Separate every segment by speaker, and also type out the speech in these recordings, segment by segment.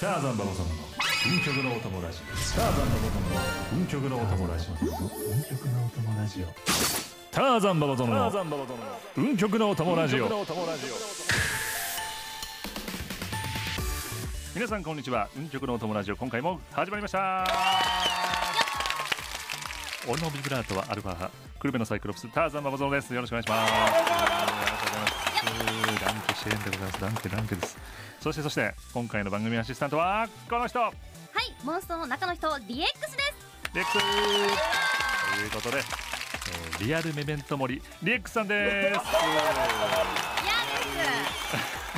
Speaker 1: ターザンババ様の運極のお友ラジオターザンババ様の運極のお友ラジオ運極のお友ラジオターザンババ様の運極のお友ラジオ皆さんこんにちは運極のお友ラジオ今回も始まりました俺のビブラートはアルファ派久留米のサイクロプスターザンババゾノですよろしくお願いしますありがとうございますランクしてるんでございますランクランクですそしてそして今回の番組アシスタントはこの人
Speaker 2: はい、モンストの中の人 DX です。
Speaker 1: リエックスということで、えーリアルメメントモリリエックスさんです
Speaker 3: 嫌で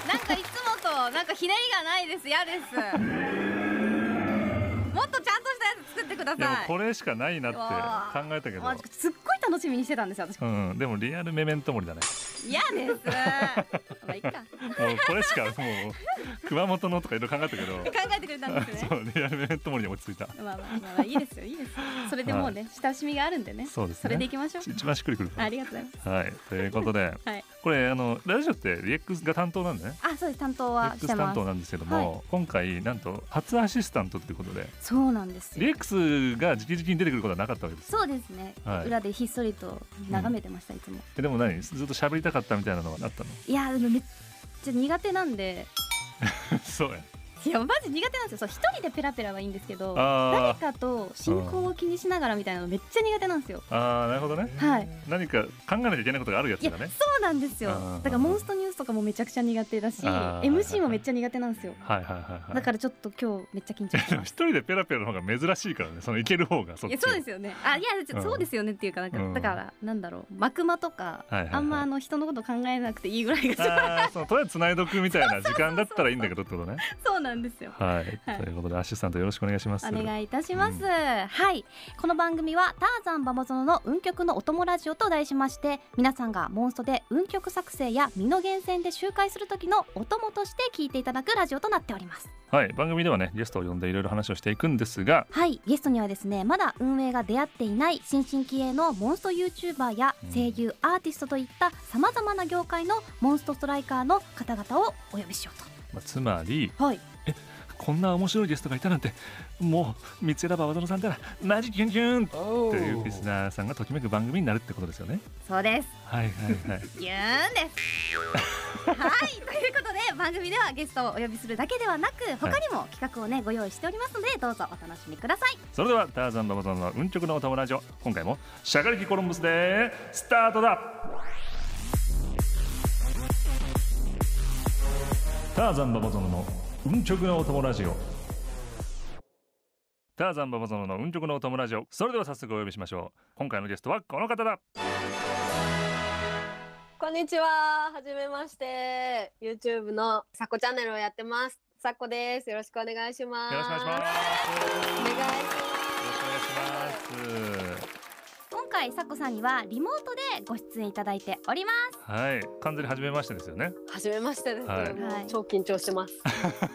Speaker 3: す。なんかいつもとなんかひねりがないです。嫌です。 もっとちゃんとしたやつ作ってくだ
Speaker 1: でも
Speaker 3: さい。
Speaker 1: これしかないなって
Speaker 3: わー
Speaker 1: 考えたけど
Speaker 3: まあすっごい楽しみにしてたんですよ。私
Speaker 1: うん、でもリアルメメントモリだね
Speaker 3: 嫌です。まあいいか。考
Speaker 1: もうこれしかもう熊本のとかいろいろ考えたけど
Speaker 3: えてくれたんですね。
Speaker 1: そうリアルメメントモリに落ち着いた
Speaker 3: まあまあまあまあいいですよいいですよ。それでもうね親しみがあるんでね。
Speaker 1: そうですね
Speaker 3: れでいきましょう。
Speaker 1: 一番しっくりくるか
Speaker 3: あ
Speaker 1: ら
Speaker 3: りがとうございます。
Speaker 1: はいということで
Speaker 3: はい。
Speaker 1: これあのラジオってリエックスが担当なんだね
Speaker 3: あそうです担当
Speaker 1: リエ
Speaker 3: はし
Speaker 1: ック
Speaker 3: て
Speaker 1: ス担
Speaker 3: ます
Speaker 1: 当。なんですけども、今回なんと初アシスタントっていうことで
Speaker 3: そうなんです
Speaker 1: リ
Speaker 3: よ。
Speaker 1: エックスが直々に出てくることはなかったわけです
Speaker 3: そうですね、
Speaker 1: はい
Speaker 3: 裏でひっそりと眺めてました、いつも
Speaker 1: えでも何ずっと喋りたかったみたいなのはあったの
Speaker 3: いやでもめっちゃ苦手なんで
Speaker 1: そうや
Speaker 3: いやマジ苦手なんですよそう一人でペラペラはいいんですけど誰
Speaker 1: あー
Speaker 3: かと進行を気にしながらみたいなのめっちゃ苦手なんですよ
Speaker 1: あーなるほどね
Speaker 3: はい
Speaker 1: 何か考えなきゃいけないことがあるやつ
Speaker 3: いや
Speaker 1: だ
Speaker 3: そ
Speaker 1: ね
Speaker 3: うなんですよ
Speaker 1: あー
Speaker 3: だからモンストニュースとかもめちゃくちゃ苦手だし
Speaker 1: あー
Speaker 3: MC もめっちゃ苦手なんですよ
Speaker 1: はいはいはいはい
Speaker 3: だからちょっと今日めっちゃ緊張し
Speaker 1: でも
Speaker 3: ま
Speaker 1: 一
Speaker 3: す
Speaker 1: 人でペラペラの方が珍しいからねそのいける方が そっ
Speaker 3: い
Speaker 1: ち
Speaker 3: やそうですよねあいやちょ
Speaker 1: うん
Speaker 3: そうですよねっていうかなんか、
Speaker 1: うん
Speaker 3: だからなんだろう幕間とか、
Speaker 1: はいはいはい
Speaker 3: あんまあの人のこと考えなくていいぐらいが
Speaker 1: あーそのとりあえず繋いどくみたいな時間だったらいいんだけどってことね
Speaker 3: そうなんですよ
Speaker 1: はい、
Speaker 3: はい
Speaker 1: ということでアシスタントよろしくお願いします
Speaker 3: お願いいたします、
Speaker 1: うん
Speaker 3: はいこの番組は「ターザンババゾノの運極のお供ラジオ」と題しまして皆さんがモンストで運極作成や身の源泉で周回する時のお供として聞いていただくラジオとなっております
Speaker 1: はい番組ではねゲストを呼んでいろいろ話をしていくんですが
Speaker 3: はいゲストにはですねまだ運営が出会っていない新進気鋭のモンスト YouTuber や
Speaker 1: うん
Speaker 3: 声優アーティストといったさまざまな業界のモンストストライカーの方々をお呼びしよう
Speaker 1: まあつまり
Speaker 3: とはい
Speaker 1: こんな面白いゲストがいたなんてもう三浦馬渡野さんたらマジキュンキュンっていうリスナーさんがときめく番組になるってことですよね
Speaker 3: そうです
Speaker 1: はいはいは
Speaker 3: ギュ
Speaker 1: い
Speaker 3: ーンです。はい、ということで番組ではゲストをお呼びするだけではなく他にも企画をねご用意しておりますのでどうぞお楽しみください。
Speaker 1: それではターザンババゾンの運極のお友ラジオ今回もシャガリキコロンブスでスタートだターザンババゾノの運極のお友ラジオターザンババゾノの運極のお友ラジオそれでは早速お呼びしましょう今回のゲストはこの方だ
Speaker 4: こんにちは。はじめまして。YouTube のさこチャンネルをやってます。さこです。よろしくお願いします。
Speaker 1: よろしくお願いします
Speaker 4: お願いし
Speaker 1: よろしくお願いします
Speaker 3: 今回さこさんにはリモートでご出演いただいておりま
Speaker 1: はい完全に初めましてですよね
Speaker 4: ます。はじめましてです。
Speaker 1: はい
Speaker 4: もう
Speaker 3: はい
Speaker 4: 超緊張してます。
Speaker 3: す。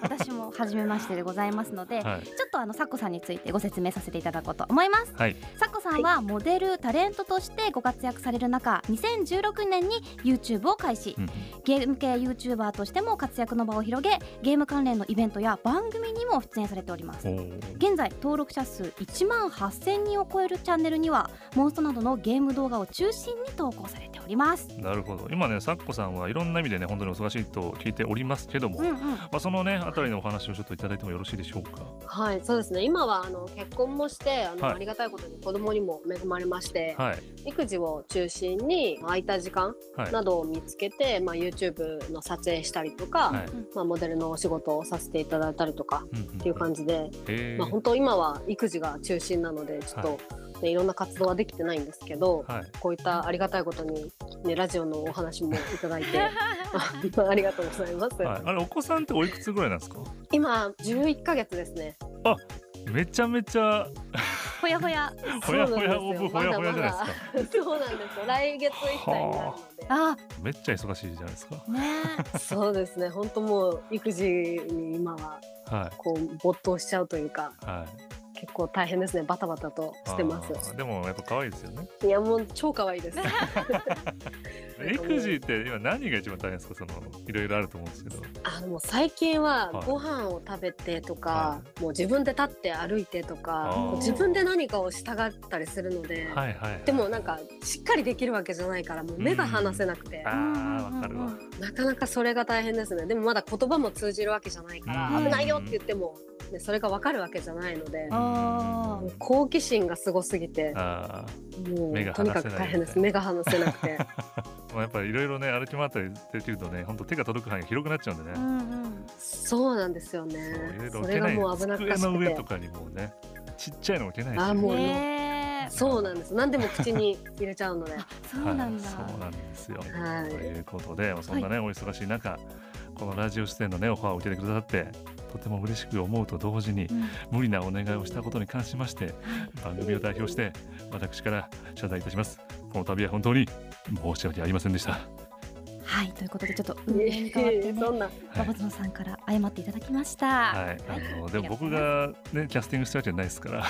Speaker 3: 私も初めましてでございますので。
Speaker 1: はい
Speaker 3: ちょっとあのサコさんについてご説明させていただこうと思います
Speaker 1: はい
Speaker 3: サコさんはモデルタレントとしてご活躍される中2016年に YouTube を開始
Speaker 1: うん
Speaker 3: ゲーム系 YouTuber としても活躍の場を広げゲーム関連のイベントや番組にも出演されております
Speaker 1: おー
Speaker 3: 現在登録者数1万8000人を超えるチャンネルにはモンストなどのゲーム動画を中心に投稿されております
Speaker 1: なるほど今ねさっこさんはいろんな意味でね本当にお忙しいと聞いておりますけども、
Speaker 3: うんうん
Speaker 1: まあ、そのねあたりのお話をちょっといただいてもよろしいでしょうか。
Speaker 4: はい、そうですね。今はあの結婚もして、あの、
Speaker 1: はい
Speaker 4: ありがたいことに子供にも恵まれまして、
Speaker 1: はい、
Speaker 4: 育児を中心に空いた時間
Speaker 1: はい、
Speaker 4: などを見つけて、まあ YouTube の撮影したりとか、
Speaker 1: はい
Speaker 4: まあモデルのお仕事をさせていただいたりとか
Speaker 1: うんうん
Speaker 4: っていう感じで、
Speaker 1: えー
Speaker 4: まあ、本当今は育児が中心なのでちょっと、ねいろんな活動はできてないんですけど、
Speaker 1: はい、
Speaker 4: こういったありがたいことに、ね、ラジオのお話もいただい て あありがとうございます、
Speaker 1: はい、あれお子さんっておいくつぐらいなんですか。
Speaker 4: 今11ヶ月ですね
Speaker 1: めちゃめちゃ
Speaker 3: ほやほや
Speaker 1: ほやほやオブほやほやじゃないですか。
Speaker 4: ですかそうなんですよ来月いっぱいになるので
Speaker 3: あ
Speaker 1: めっちゃ忙しいじゃないですか。
Speaker 3: ね
Speaker 4: そうですね本当もう育児に今は
Speaker 1: は
Speaker 4: こう没頭しちゃうというか
Speaker 1: い、は
Speaker 4: 結構大変ですねバタバタとしてます
Speaker 1: あーでもやっぱ可愛いですよね
Speaker 4: いやもう超可愛いです
Speaker 1: 育児って今何が一番大変ですかそのいろいろあると思うんですけど
Speaker 4: あのもう最近は
Speaker 1: はい
Speaker 4: ご飯を食べてとか、
Speaker 1: は
Speaker 4: もう自分で立って歩いてと
Speaker 1: あ
Speaker 4: か
Speaker 1: ー
Speaker 4: こう自分で何かをしたがったりするので、
Speaker 1: はいはいはい
Speaker 4: でもなんかしっかりできるわけじゃないからもう目が離せなくて
Speaker 1: あ、ーわかるわ
Speaker 4: なかなかそれが大変ですねでもまだ言葉も通じるわけじゃないから、
Speaker 1: うん
Speaker 4: 危ないよって言っても、ね、それがわかるわけじゃないので、
Speaker 3: あ
Speaker 1: う
Speaker 4: も
Speaker 1: ん
Speaker 4: う好奇心がすごすぎて
Speaker 1: あ
Speaker 4: も
Speaker 1: 目が
Speaker 4: うとにかく大変です目が離せ なくて
Speaker 1: ーまあやっぱりいろいろね歩き回ったりできるとね本当手が届く範囲が広くなっちゃうんでね、
Speaker 4: そうなんですよね
Speaker 1: そう
Speaker 4: そ
Speaker 1: いろいろ置
Speaker 4: れ
Speaker 1: け
Speaker 4: が
Speaker 1: ない
Speaker 4: もう危なっか
Speaker 1: 机
Speaker 4: し
Speaker 1: の
Speaker 4: く
Speaker 1: 上
Speaker 4: て
Speaker 1: とかにもうねちっちゃいの置けないし
Speaker 4: あーもう
Speaker 3: ねえ
Speaker 4: そうなんです何でも口に入れちゃうので
Speaker 3: そう
Speaker 1: はい
Speaker 3: なんだ、
Speaker 1: そうなんですよ。
Speaker 4: はい
Speaker 1: ということで、そんなね、お忙しい中、このラジオ出演のね、オファーを受けてくださって。とても嬉しく思うと同時に、
Speaker 3: うん
Speaker 1: 無理なお願いをしたことに関しまして、番組を代表して、私から謝罪いたします。この度は本当に申し訳ありませんでした。
Speaker 3: はいということでちょっと運
Speaker 4: い
Speaker 3: 命
Speaker 4: え
Speaker 3: に
Speaker 4: い
Speaker 3: 変わって
Speaker 4: え
Speaker 3: ね
Speaker 4: そんな
Speaker 3: 馬場園さんから謝っていただきました、
Speaker 1: はい、あの、でも僕がね、キャスティングしたわけじゃないですから。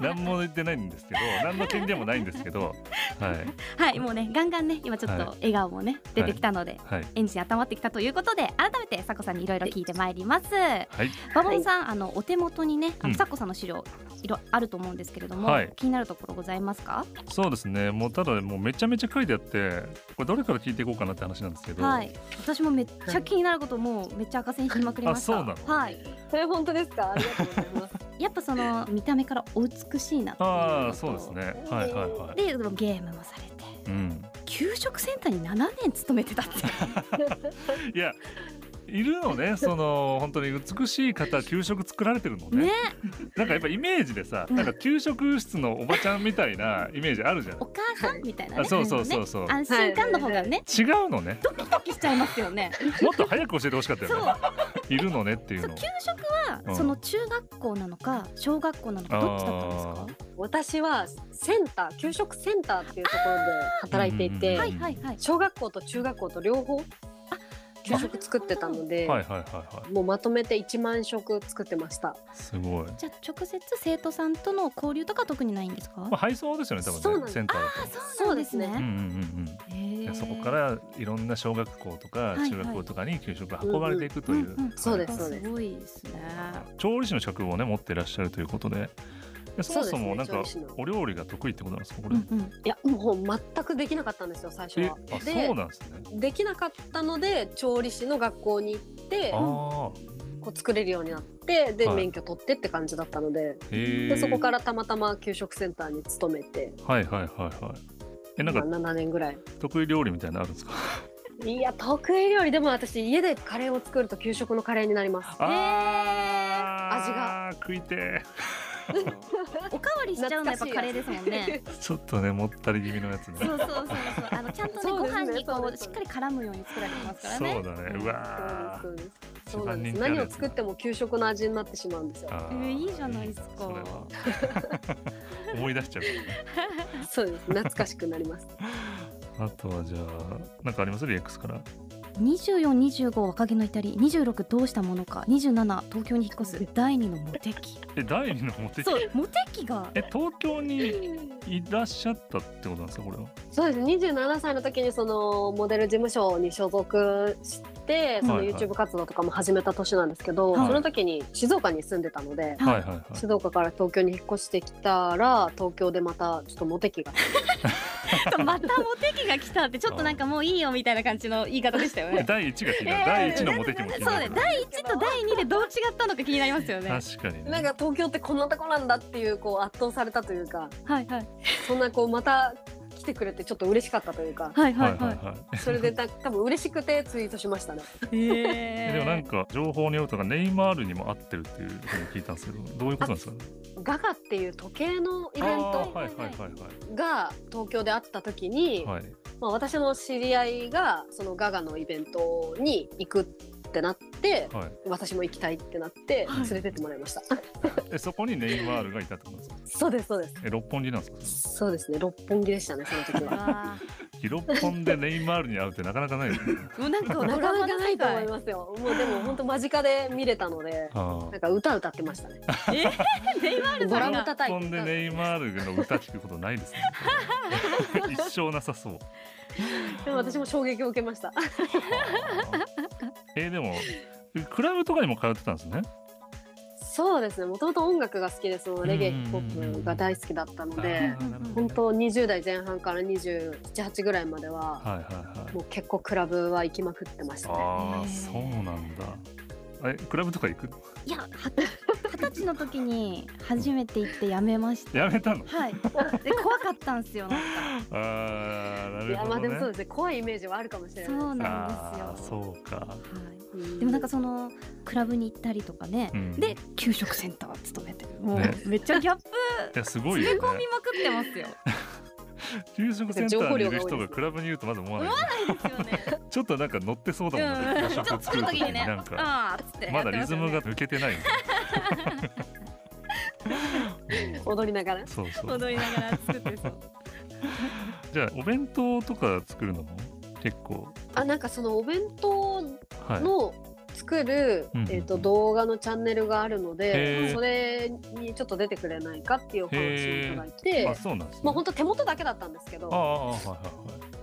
Speaker 1: 何も言ってないんですけど、何の権限もないんですけど。はい、
Speaker 3: はい、もうね、ガンガンね、今ちょっと
Speaker 1: は
Speaker 3: 笑顔もね、出てきたので、
Speaker 1: はい、
Speaker 3: エンジン温まってきたということで、改めて、さこさんにいろいろ聞いてまいります。
Speaker 1: はい、
Speaker 3: バボンさん、あの、お手元にね、あ
Speaker 1: うん
Speaker 3: の、さこさんの資料、いろ、あると思うんですけれども、
Speaker 1: はい
Speaker 3: 気になるところございますか。
Speaker 1: そうですねもうただもうめちゃめちゃ書いてあってこれどれから聞いていこうかなって話なんですけど、
Speaker 3: はい、私もめっちゃ気になること、もうめっちゃ赤線引きまくりました。
Speaker 1: あそうなの
Speaker 3: はい、
Speaker 4: それ本当ですかありがとうござい ます
Speaker 3: やっぱその、見た目からお美しいなっていうのと
Speaker 1: ああそうです。ねはいはいはい、
Speaker 3: で、でもゲームもされて、
Speaker 1: うん、
Speaker 3: 給食センターに7年勤めてたって。
Speaker 1: いやいるのねその本当に美しい方給食作られてるの ね
Speaker 3: ね
Speaker 1: なんかやっぱイメージでさなんか給食室のおばちゃんみたいなイメージあるじゃない
Speaker 3: お母さんみたいなね、
Speaker 1: あそうそうそうそう
Speaker 3: あのね安心感の方がね、
Speaker 1: 違うのね
Speaker 3: ドキドキしちゃいますよね。
Speaker 1: もっと早く教えてほしかった
Speaker 3: そ
Speaker 1: よ
Speaker 3: う
Speaker 1: ねいるのねっていう
Speaker 3: そう
Speaker 1: の
Speaker 3: 給食
Speaker 1: うん
Speaker 3: はその中学校なのか小学校なのかどっちだったんですか
Speaker 1: あ。
Speaker 4: 私はセンター給食センターっていうところで働いてい
Speaker 1: うんうんう
Speaker 4: て、
Speaker 1: ん
Speaker 3: はいはいはい。
Speaker 4: 小学校と中学校と両方給食作ってたので、
Speaker 1: はいはいはいは
Speaker 4: もうまとめて1万食作ってました。
Speaker 1: いすごい、ま
Speaker 3: じゃあ直接生徒さんとの交流とか特にないんですか。
Speaker 1: あ、配送ですよね多
Speaker 4: そ
Speaker 1: 分
Speaker 4: うなん
Speaker 1: ね
Speaker 4: です
Speaker 1: センターだと
Speaker 3: そうですね
Speaker 4: そう
Speaker 1: うんうんうんうんいやそこからいろんな小学校とか
Speaker 3: いはい
Speaker 1: 中学校とかに給食が運ばれていくと
Speaker 3: ん
Speaker 1: い
Speaker 3: ん
Speaker 1: う、
Speaker 4: そうです
Speaker 1: はい
Speaker 4: そうです
Speaker 3: すごいですね。
Speaker 1: 調理師の資格をね持っていらっしゃるということででそもそもなん
Speaker 4: そう
Speaker 1: か
Speaker 4: ですね調理師の
Speaker 1: お料理が得意ってことなんですかこ
Speaker 3: う
Speaker 1: れ、
Speaker 3: んうん。
Speaker 4: いやもう全くできなかったんですよ最初
Speaker 1: え
Speaker 4: は。
Speaker 1: あ
Speaker 4: で
Speaker 1: そうなんですね
Speaker 4: できなかったので調理師の学校に行って
Speaker 1: ああ
Speaker 4: こう作れるようになってで、
Speaker 1: はい
Speaker 4: 免許取ってって感じだったので
Speaker 1: へえ
Speaker 4: でそこからたまたま給食センターに勤めて、
Speaker 1: はいはいはいはいえなん
Speaker 4: ま
Speaker 1: か
Speaker 4: あ、7年ぐらい
Speaker 1: 得意料理みたいなのあるんですか
Speaker 4: いや得意料理でも私家でカレーを作ると給食のカレーになります。
Speaker 1: あー食いてえ
Speaker 3: おかわりしちゃうのやっぱカレーですもん ね。
Speaker 1: ちょっとねもったり気味のやつね
Speaker 3: そうそうそうそう。あのちゃんとね
Speaker 4: そう
Speaker 3: ご
Speaker 4: ですね
Speaker 3: 飯に
Speaker 4: そう
Speaker 3: こ
Speaker 4: で
Speaker 3: う
Speaker 4: す
Speaker 3: しっかり絡むように作られてますから
Speaker 1: そう
Speaker 3: ね。
Speaker 1: だね
Speaker 3: うん
Speaker 1: うわ
Speaker 4: そう
Speaker 1: ー
Speaker 4: です
Speaker 1: 一
Speaker 4: そうな
Speaker 1: 番
Speaker 4: んで
Speaker 1: 人
Speaker 4: す。
Speaker 1: 気ある
Speaker 4: 何
Speaker 1: やつ
Speaker 4: を作っても給食の味になってしまうんですよ。
Speaker 1: あ
Speaker 3: えー
Speaker 1: ー
Speaker 3: いいじゃないですか
Speaker 1: いいなそれは思い出しちゃうからね
Speaker 4: そうです。懐かしくなります。
Speaker 1: あとはじゃあなんかありますリエックスから
Speaker 3: 二十四、二十五若気の至り、二十六どうしたものか、二十七東京に引っ越す第二のモテ期。
Speaker 1: え第二のモテ期
Speaker 3: そうモテ期が
Speaker 1: え東京にいらっしゃったってことなんですかこれは
Speaker 4: そうです。二十七歳の時にそのモデル事務所に所属して、その
Speaker 1: はいはい
Speaker 4: YouTube 活動とかも始めた年なんですけど、
Speaker 1: はい
Speaker 4: その時に静岡に住んでたので。
Speaker 3: はい
Speaker 1: はいは
Speaker 4: 静岡から東京に引っ越してきたら東京でまたちょっとモテ期が
Speaker 3: またモテ期が来たってちょっとなんかもういいよみたいな感じの言い方でしたよ
Speaker 1: い
Speaker 3: ね。
Speaker 1: 第一が気になる、
Speaker 4: えー
Speaker 1: 第一のモテ期も気に
Speaker 3: そう
Speaker 1: な
Speaker 3: ね
Speaker 1: る、
Speaker 3: 第1と第2でどう違ったのか気になりますよね。
Speaker 1: 確かに
Speaker 4: なん
Speaker 1: ね
Speaker 4: か東京ってこんなとこなんだっていうこう圧倒されたというか
Speaker 3: はいはい
Speaker 4: そんなこうまた来てくれてちょっと嬉しかったとい うか
Speaker 3: はい
Speaker 1: はい
Speaker 3: はい
Speaker 1: はい
Speaker 3: は
Speaker 1: はいい。
Speaker 4: それでた多分嬉しくてツイートしましたね。
Speaker 1: え
Speaker 3: え
Speaker 1: でもなんか情報によるとかネイマールにも合ってるっていうふうに聞いたんですけどどういうことなんですか
Speaker 4: ガガっていう時計のイベン
Speaker 1: あ
Speaker 4: ト
Speaker 1: ーはいはいはい
Speaker 4: が東京であった時に、
Speaker 1: はいはい
Speaker 4: まあ、私の知り合いがそのガガのイベントに行くってなって
Speaker 1: はい
Speaker 4: 私も行きたいってなって
Speaker 3: はい
Speaker 4: 連れてってもらいました、
Speaker 1: えそこにネイマールがいたってことなんですか
Speaker 4: そうですそうです
Speaker 1: え六本木なんですか
Speaker 4: そうですね六本木でしたねその時は
Speaker 3: わあ
Speaker 1: ヒロポンでネイマールに会うってなかなかないですね。
Speaker 3: もうなんかドラ
Speaker 4: なか
Speaker 3: マ
Speaker 4: なか
Speaker 3: の
Speaker 4: な
Speaker 3: 世
Speaker 4: いと思い
Speaker 3: 界
Speaker 4: ますよ。もうでも本当間近で見れたので、
Speaker 1: あ
Speaker 4: なんか歌歌ってましたね。
Speaker 3: ネイマール
Speaker 4: ド
Speaker 3: さ
Speaker 4: ラ
Speaker 3: ん
Speaker 4: ム
Speaker 3: が
Speaker 1: あ。
Speaker 4: 叩
Speaker 1: ヒロ
Speaker 4: い
Speaker 1: ポ
Speaker 4: て
Speaker 1: ンで
Speaker 4: 歌。
Speaker 1: ネイマールの歌聞くことないですね。一生なさそう。
Speaker 4: でも私も衝撃を受けました。
Speaker 1: えー、でもクラブとかにも通ってたんですね。
Speaker 4: そうですね。もともと音楽が好きで、そのレゲエ、
Speaker 1: うん
Speaker 4: ヒップホップが大好きだったので
Speaker 1: あ、ーなるほど
Speaker 4: 本当20代前半から27、8ぐらいまで
Speaker 1: は
Speaker 4: は、
Speaker 1: いはいはい。
Speaker 4: もう結構クラブは行きまくってましたね。
Speaker 1: あ
Speaker 3: へ
Speaker 1: あ
Speaker 3: ー
Speaker 1: そうなんだ。えクラブとか行く？
Speaker 3: いやは二十歳の時に初めて行ってやめました
Speaker 1: やめたの？
Speaker 3: はいで怖かったんですよなんか
Speaker 1: ああないる
Speaker 4: や、
Speaker 1: ほど
Speaker 4: まあで
Speaker 1: ね。
Speaker 4: もそうですね。怖いイメージはあるかもしれない
Speaker 3: そ
Speaker 4: です。
Speaker 3: うな
Speaker 1: あ
Speaker 3: ん
Speaker 1: あ
Speaker 3: ですよ
Speaker 1: そうか。
Speaker 3: はい
Speaker 4: うん
Speaker 3: でもなんかそのクラブに行ったりとかね、
Speaker 1: うん
Speaker 3: で給食センターを務めてもう、
Speaker 1: ね
Speaker 3: めっちゃギャップ
Speaker 1: いやすごい
Speaker 3: 詰
Speaker 1: よ
Speaker 3: め込
Speaker 1: ね
Speaker 3: み。まくってますよ。
Speaker 1: 給食センターにいる人がクラブにいるとまず思わない。
Speaker 3: ですよね。
Speaker 1: ちょっとなんか乗ってそうだもんね。
Speaker 3: うん、
Speaker 1: 給
Speaker 3: ちょっ
Speaker 1: 食
Speaker 3: と
Speaker 1: 作
Speaker 3: そ
Speaker 1: る
Speaker 3: の
Speaker 1: 時
Speaker 3: 時
Speaker 1: に
Speaker 3: にね、
Speaker 1: なんか
Speaker 3: あーっつって
Speaker 1: まだリズムが抜けてない。うん
Speaker 4: 踊りながら。
Speaker 1: そうそう。
Speaker 3: 踊りながら作ってそう。
Speaker 1: じゃあお弁当とか作るのも結構
Speaker 4: あ、なんかそのお弁当
Speaker 1: はい。
Speaker 4: の作る、
Speaker 1: うん
Speaker 4: えー、と動画のチャンネルがあるの
Speaker 1: へー
Speaker 4: でそれにちょっと出てくれないかっていうお話をいただいて
Speaker 1: あそうなんですね。
Speaker 4: まあ本当手元だけだったんですけ
Speaker 1: ああ
Speaker 4: ど
Speaker 1: ああはいはいはい。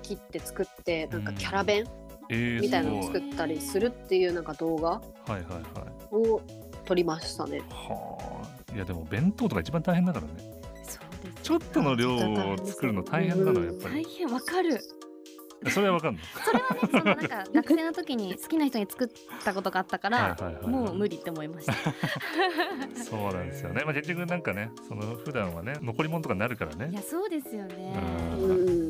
Speaker 4: 切って作ってなんかキャラ弁
Speaker 1: えー、
Speaker 4: みたいなのを
Speaker 1: すご
Speaker 4: 作ったりするっていうなんか動画
Speaker 1: はいはいはい。
Speaker 4: を撮りましたね。
Speaker 1: はあ、いやでも弁当とか一番大変だからね
Speaker 3: そうです。
Speaker 1: ちょっとの量を作るの大変なのやっぱ
Speaker 3: 大
Speaker 1: り
Speaker 3: 変わかる。
Speaker 1: それはわかんない
Speaker 3: それはね、そのなんか学生の時に好きな人に作ったことがあったから、
Speaker 1: はいはいはいはい
Speaker 3: もう無理って思い ました。
Speaker 1: そうなんですよね、まあ、結局なんかねその普段はね残り物とかになるから
Speaker 3: い
Speaker 1: ね
Speaker 3: や、そうですよね。
Speaker 1: うん
Speaker 4: うん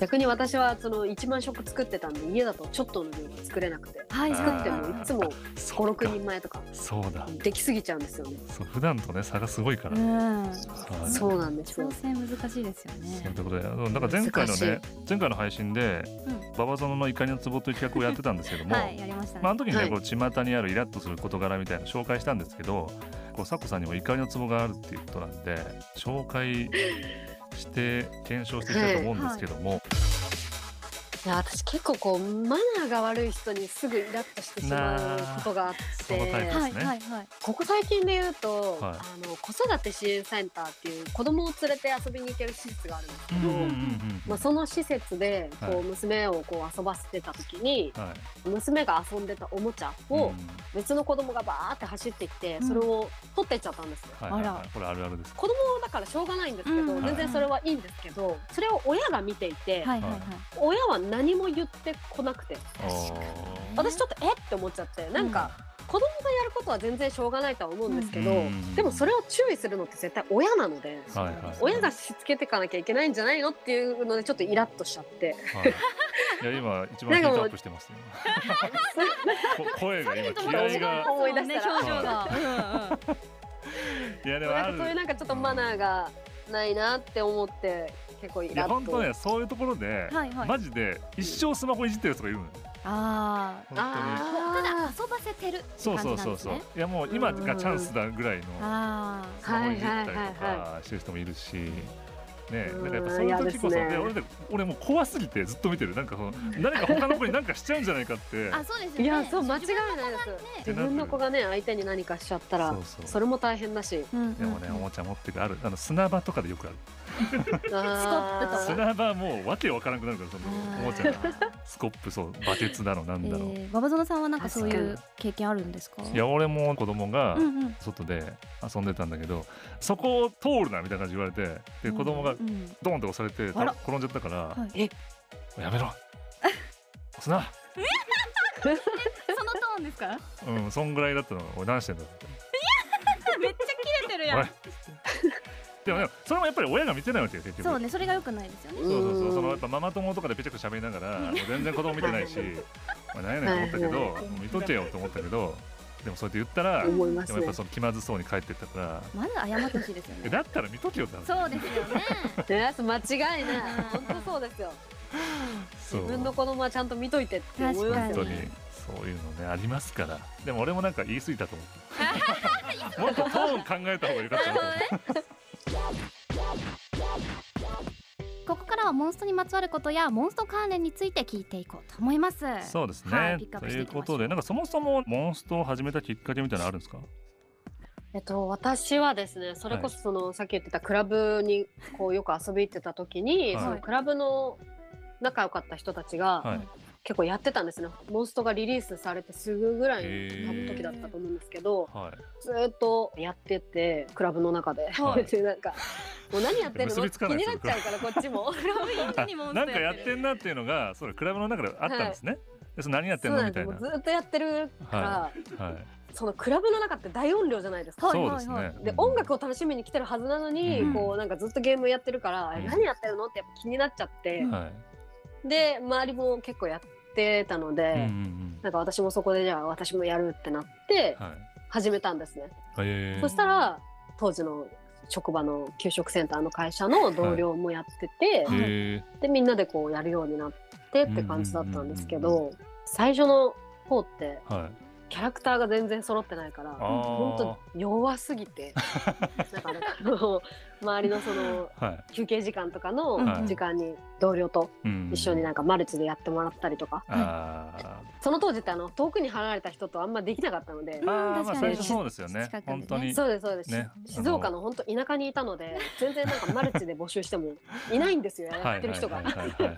Speaker 4: 逆に私はその1万食作ってたんで家だとちょっとの量が作れなくて
Speaker 3: はい、
Speaker 1: あー
Speaker 4: 作ってもいつも
Speaker 1: そう
Speaker 4: 56
Speaker 1: か
Speaker 4: 人前とか
Speaker 1: そうだ
Speaker 4: できすぎちゃうんですよね。
Speaker 1: そう普段とね差がすごいから、
Speaker 3: う
Speaker 1: は
Speaker 3: ん。
Speaker 1: い
Speaker 4: そうなんですよ
Speaker 3: 調整難しいですよ
Speaker 1: そう
Speaker 3: ね
Speaker 1: い。うことであのなんか前回のね
Speaker 4: 難
Speaker 1: 前回の配信で
Speaker 3: うん
Speaker 1: 「馬場園の怒りの壺」という企画をやってたんですけど も、
Speaker 3: はい、やりましたね。
Speaker 1: まあ、あの時にね、
Speaker 4: はい
Speaker 1: こう巷にあるイラッとする事柄みたいなの紹介したんですけどこうサッコさんにも怒りのツボがあるっていうことなんで紹介して検証していきたいと思うんですけども、
Speaker 4: いや私結構こうマナーが悪い人にすぐイラッとしてしまうことがあっ
Speaker 1: なあそのタイ
Speaker 4: て
Speaker 1: プ
Speaker 3: はい、
Speaker 1: ですね
Speaker 3: はい、はい。
Speaker 4: ここ最近で言うと、
Speaker 1: はい
Speaker 4: あの子育て支援センターっていう子供を連れて遊びに行ける施設があるんですけ
Speaker 1: うん
Speaker 4: ど、
Speaker 1: うんうんうん
Speaker 4: まあ、その施設でこ
Speaker 1: はいう
Speaker 4: 娘をこう遊ばせてた時に、
Speaker 1: はい
Speaker 4: 娘が遊んでたおもちゃ
Speaker 1: う
Speaker 4: を
Speaker 1: ん
Speaker 4: 別の子供がバーって走ってきて、
Speaker 3: うん
Speaker 4: それを取ってっちゃったんですよ。
Speaker 1: はいはい
Speaker 3: あ
Speaker 1: はい、これあるあるです。
Speaker 4: 子供だからしょうがないんですけど、
Speaker 3: うん
Speaker 4: 全然それはいいんですけどそれを親が見ていて、
Speaker 3: はい、はい、はい。
Speaker 4: 親は何も言ってこなくて
Speaker 1: あー
Speaker 4: 私ちょっとえって思っちゃってなんか、子供がやることは全然しょうがないとは思うんですけど、
Speaker 1: うん
Speaker 4: でもそれを注意するのって絶対親なので、
Speaker 1: はいはい
Speaker 4: 親がしつけていかなきゃいけないんじゃないのっていうのでちょっとイラッとしちゃって
Speaker 1: はいいや今一番ヒートアップしてますよ。こ声が今気合いが
Speaker 4: 思い出したら
Speaker 3: 表情が。
Speaker 1: いやでもあ
Speaker 4: なん
Speaker 1: る
Speaker 4: かそういうなんかちょっとマナーがないなって思って結構イ
Speaker 1: いや
Speaker 4: ラ
Speaker 1: 本
Speaker 4: ッ
Speaker 1: 当
Speaker 4: と。
Speaker 1: ねそういうところで、
Speaker 3: はい、はい。
Speaker 1: マジで一生スマホいじってる人がいるのよ。
Speaker 3: あ
Speaker 1: 本当に
Speaker 3: あ。ただ
Speaker 4: あ
Speaker 3: 遊ばせてるって
Speaker 1: そう
Speaker 3: 感じ
Speaker 1: そ
Speaker 3: な
Speaker 1: うんそう
Speaker 3: です
Speaker 1: そう
Speaker 3: ね。
Speaker 1: いやもう今がチャンスだぐらいの
Speaker 3: あ
Speaker 1: スマホいじったりと
Speaker 4: はいはい
Speaker 1: か
Speaker 4: はい
Speaker 1: してる人もいるし。ね
Speaker 4: う
Speaker 1: なんんかやっぱそういう時こそ
Speaker 4: 嫌ですね
Speaker 1: で俺で俺もう怖すぎてずっと見てるなんかその何か他の子に何かしちゃうんじゃないかって
Speaker 2: あ、そうですよ
Speaker 4: ー
Speaker 2: ね。
Speaker 4: いやそう間違い
Speaker 2: 自分の
Speaker 4: ないで
Speaker 1: 自
Speaker 4: す自分の子がね相手に何かしちゃったら
Speaker 1: そうそう
Speaker 4: それも大変だ し
Speaker 3: あ。うん。
Speaker 1: でもねおもちゃ持ってくあるあの砂場とかでよくある
Speaker 4: スコッ
Speaker 3: プとか
Speaker 1: 砂場もうわけわからなくなるからそ
Speaker 3: あ
Speaker 1: の
Speaker 3: ー
Speaker 1: おもちゃがスコップそうバケツだのなん
Speaker 3: え
Speaker 1: だろう、
Speaker 3: ー、馬場園さんはなんかそういう経験あるんですか。
Speaker 1: いや俺も子供が
Speaker 3: うんうん。
Speaker 1: 外で遊んでたんだけどそこを通るなみたいな感じで言われてで子供が
Speaker 3: うん
Speaker 1: ドーンと押されて
Speaker 3: あら
Speaker 1: 転んじゃったから、
Speaker 3: はい
Speaker 4: え
Speaker 1: やめろ押すな
Speaker 3: そのトーンですか。
Speaker 1: うん、そんぐらいだったの俺何してんだって
Speaker 3: めっちゃ切れてるや
Speaker 1: おい
Speaker 3: ん。
Speaker 1: でもねそれもやっぱり親が見てないわけよ結局
Speaker 3: そうね、それが良くないですよね。
Speaker 1: そうそうそううんそのやっぱママ友とかでぺちゃくちゃ喋りながらもう全然子供見てな いしまあ何やねんと思ったけど
Speaker 4: は
Speaker 1: もう見とけよと思ったけどでもそうやって言ったらでも
Speaker 4: 思います
Speaker 1: やっ
Speaker 4: ね
Speaker 1: ぱその気まずそうに帰ってったから
Speaker 3: まず謝ってほしいですよ
Speaker 1: え
Speaker 3: ね。
Speaker 1: だったら見とけよって話
Speaker 2: そうですよね。
Speaker 4: ね間違いない本当そうですよ
Speaker 1: そ
Speaker 4: 自
Speaker 1: う
Speaker 4: 分の子供はちゃんと見といてって思いま
Speaker 1: 本
Speaker 4: す
Speaker 1: 当
Speaker 4: よ
Speaker 1: に
Speaker 4: ね
Speaker 1: そういうのねありますからでも俺もなんか言い過ぎたと思っ たもっとトーン考えた方がよかったなと思った
Speaker 3: ここからからはモンストにまつわることやモンスト関連について聞いていこうと思います。
Speaker 1: そうですね、
Speaker 3: はいピックアッ
Speaker 1: と
Speaker 3: プし
Speaker 1: い
Speaker 3: て
Speaker 1: う
Speaker 3: いきましょ
Speaker 1: こ
Speaker 3: う
Speaker 1: とでなんかそもそもモンストを始めたきっかけみたいなのあるんですか
Speaker 4: えっと、私はですねそれこそその、さっき言ってたクラブにこうよく遊び行ってた時に、
Speaker 1: はい
Speaker 4: そのクラブの仲良かった人たちが、
Speaker 1: はい
Speaker 4: 結構やってたんですねモンストがリリースされてすぐぐらい
Speaker 1: へ
Speaker 4: の
Speaker 1: ー
Speaker 4: 時だったと思うんですけど
Speaker 1: はい
Speaker 4: ずーっとやっててクラブの中で、
Speaker 1: はい
Speaker 4: でなんかもう何やってる
Speaker 1: 結
Speaker 4: の
Speaker 1: びつか
Speaker 4: 気
Speaker 1: ないで
Speaker 4: に
Speaker 1: す
Speaker 4: な
Speaker 1: よ
Speaker 4: っちゃうからこっち も
Speaker 1: あなんかやってんなっていうのがそうだクラブの中であったんですね、でそれ何やってん
Speaker 4: そう
Speaker 1: のみ
Speaker 4: なん
Speaker 1: た
Speaker 4: で
Speaker 1: い
Speaker 4: す
Speaker 1: な
Speaker 4: もうずーっとやってるから、
Speaker 1: はい、
Speaker 4: そのクラブの中って大音量じゃないですか。
Speaker 3: はい
Speaker 1: そうですね
Speaker 4: で音楽を楽しみに来てるはずなのに、
Speaker 1: うん
Speaker 4: こうなんかずっとゲームやってるから、
Speaker 1: うん
Speaker 4: え何やってるのってやっぱ気になっちゃって、
Speaker 1: はい
Speaker 4: で周りも結構やってたの
Speaker 1: うんう
Speaker 4: で、
Speaker 1: ん
Speaker 4: なんか私もそこでじゃあ私もやるってなって
Speaker 1: うんはい
Speaker 4: 始めたんですね、
Speaker 1: えー
Speaker 4: そしたら当時の職場の給食センターの会社の同僚もやってて、
Speaker 3: はい
Speaker 1: え
Speaker 4: でみんなでこうやるようになってって感じだったんですけど、
Speaker 1: うんう
Speaker 4: 最初の方って
Speaker 1: ーはい
Speaker 4: キャラクターが全然揃ってないから
Speaker 1: あー
Speaker 4: 本当弱す ぎてなんかなんかあの周りのその
Speaker 1: はい
Speaker 4: 休憩時間とか
Speaker 1: はい
Speaker 4: の時間に同僚と
Speaker 1: うん
Speaker 4: 一緒になんかマルチでやってもらったりとか、
Speaker 1: あ
Speaker 4: その当時ってあの遠くに離れた人とあんまできなかったの
Speaker 1: ー、
Speaker 4: で
Speaker 1: あーまあ
Speaker 3: 確
Speaker 1: 最
Speaker 3: かに
Speaker 1: 初そうですよね
Speaker 3: 近くでね
Speaker 1: 本当に
Speaker 4: そうですそうです、
Speaker 1: ね
Speaker 4: し
Speaker 1: あの
Speaker 4: 静岡の本当田舎にいたので全然なんかマルチで募集してもいないんですよやってる人が
Speaker 1: はいはいはいはいはい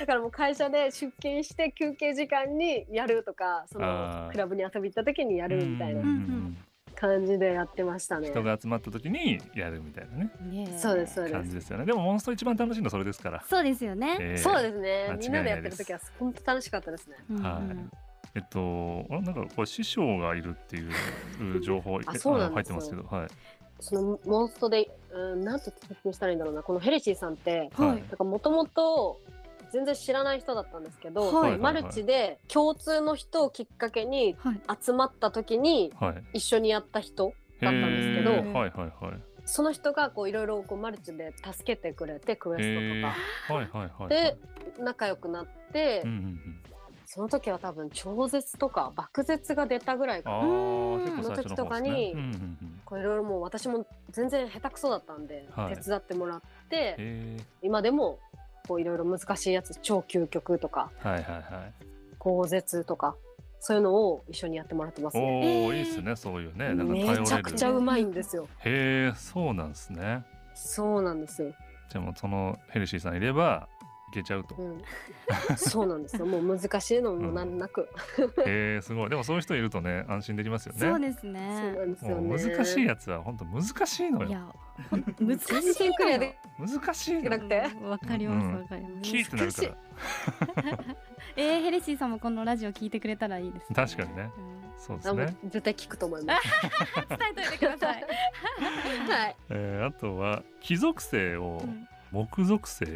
Speaker 4: だからもう会社で出勤して休憩時間にやるとか
Speaker 1: あ
Speaker 4: その
Speaker 1: ー
Speaker 4: クラブに遊び行った時にやるみたいな
Speaker 1: うんうんうん
Speaker 4: 感じでやってましたね。
Speaker 1: 人が集まった時にやるみたいなね
Speaker 3: ね
Speaker 4: そうですそうで
Speaker 1: 感
Speaker 4: す
Speaker 1: じですよねでもモンスト一番楽しいのそれですから、
Speaker 3: そうですよね。
Speaker 1: えー
Speaker 4: そうですね
Speaker 1: 間違いないです
Speaker 4: みんなでやってる時は本当楽しかったですね。
Speaker 3: うんうん
Speaker 1: はいえっと、あなんかこれ師匠がいるっていう情報
Speaker 4: あ
Speaker 1: え
Speaker 4: そうなん
Speaker 1: の入っ
Speaker 4: です
Speaker 1: てますけど、はい、
Speaker 4: そのモンストで、うん、なんて説明したらいいんだろうなこのヘレシーさんって
Speaker 3: はい
Speaker 1: はい
Speaker 4: なんかもともと全然知らない人だったんですけど、
Speaker 3: はい
Speaker 4: そのマルチで共通の人をきっかけに
Speaker 3: はい
Speaker 4: 集まった時に
Speaker 1: はい、だっ
Speaker 4: 一緒にやった人だったんですけど
Speaker 1: はいはいはい、
Speaker 4: その人がこういろいろこうマルチで助けてくれてクエストとか
Speaker 1: えーはいはいはいはい、
Speaker 4: で仲良くなって、
Speaker 1: うんうん
Speaker 4: その時は多分超絶とか爆絶が出たぐらいかな
Speaker 1: うん、ああ、
Speaker 3: うん
Speaker 1: 結構最初の方ですね。
Speaker 4: その時とかに
Speaker 1: うんうんうん、
Speaker 4: こういろいろもう私も全然下手くそだったんで、
Speaker 1: はい
Speaker 4: 手伝ってもらって、
Speaker 1: え
Speaker 4: 今でもこういろいろ難しいやつ超究極とか
Speaker 1: ー、はいはいはい。
Speaker 4: 豪絶とかそういうのを一緒にやってもらってますね。
Speaker 1: おお、
Speaker 3: えー
Speaker 1: いいっすね、そういうね、なんか頼れる。
Speaker 4: めちゃくちゃうまいんですよ。
Speaker 1: へえ、そうなんですね。
Speaker 4: そうなんですよ。
Speaker 1: じゃあもうそのヘルシーさんいればいけちゃうと
Speaker 4: う。 ん、 そうなんですよ。もう難しいのも難なく、
Speaker 1: へえ、すごい。でもそういう人いるとね、安心できますよね。
Speaker 3: そうです
Speaker 4: そう
Speaker 3: ね
Speaker 4: な。んですよ
Speaker 1: もう
Speaker 4: ね。
Speaker 1: 難しいやつは本当難しいの
Speaker 3: い
Speaker 1: よ。
Speaker 3: や、ほん難しい
Speaker 4: 全然クリアで
Speaker 1: 難しい
Speaker 4: きな
Speaker 1: の。
Speaker 4: くて
Speaker 3: うんわかりま
Speaker 1: う
Speaker 3: す
Speaker 1: ん
Speaker 3: わかります。
Speaker 1: キーってなるから。
Speaker 3: えー、ヘレシーさんもこのラジオ聞いてくれたらいいです、ね。
Speaker 1: 確かにね
Speaker 3: うん
Speaker 1: そうで
Speaker 4: あ
Speaker 1: す
Speaker 4: もう
Speaker 1: ね。
Speaker 4: 絶対聞くと思 います。
Speaker 3: 伝えといてくださ い。
Speaker 4: はい。
Speaker 1: えー、あとは貴属性を
Speaker 3: うん
Speaker 1: 木属性っ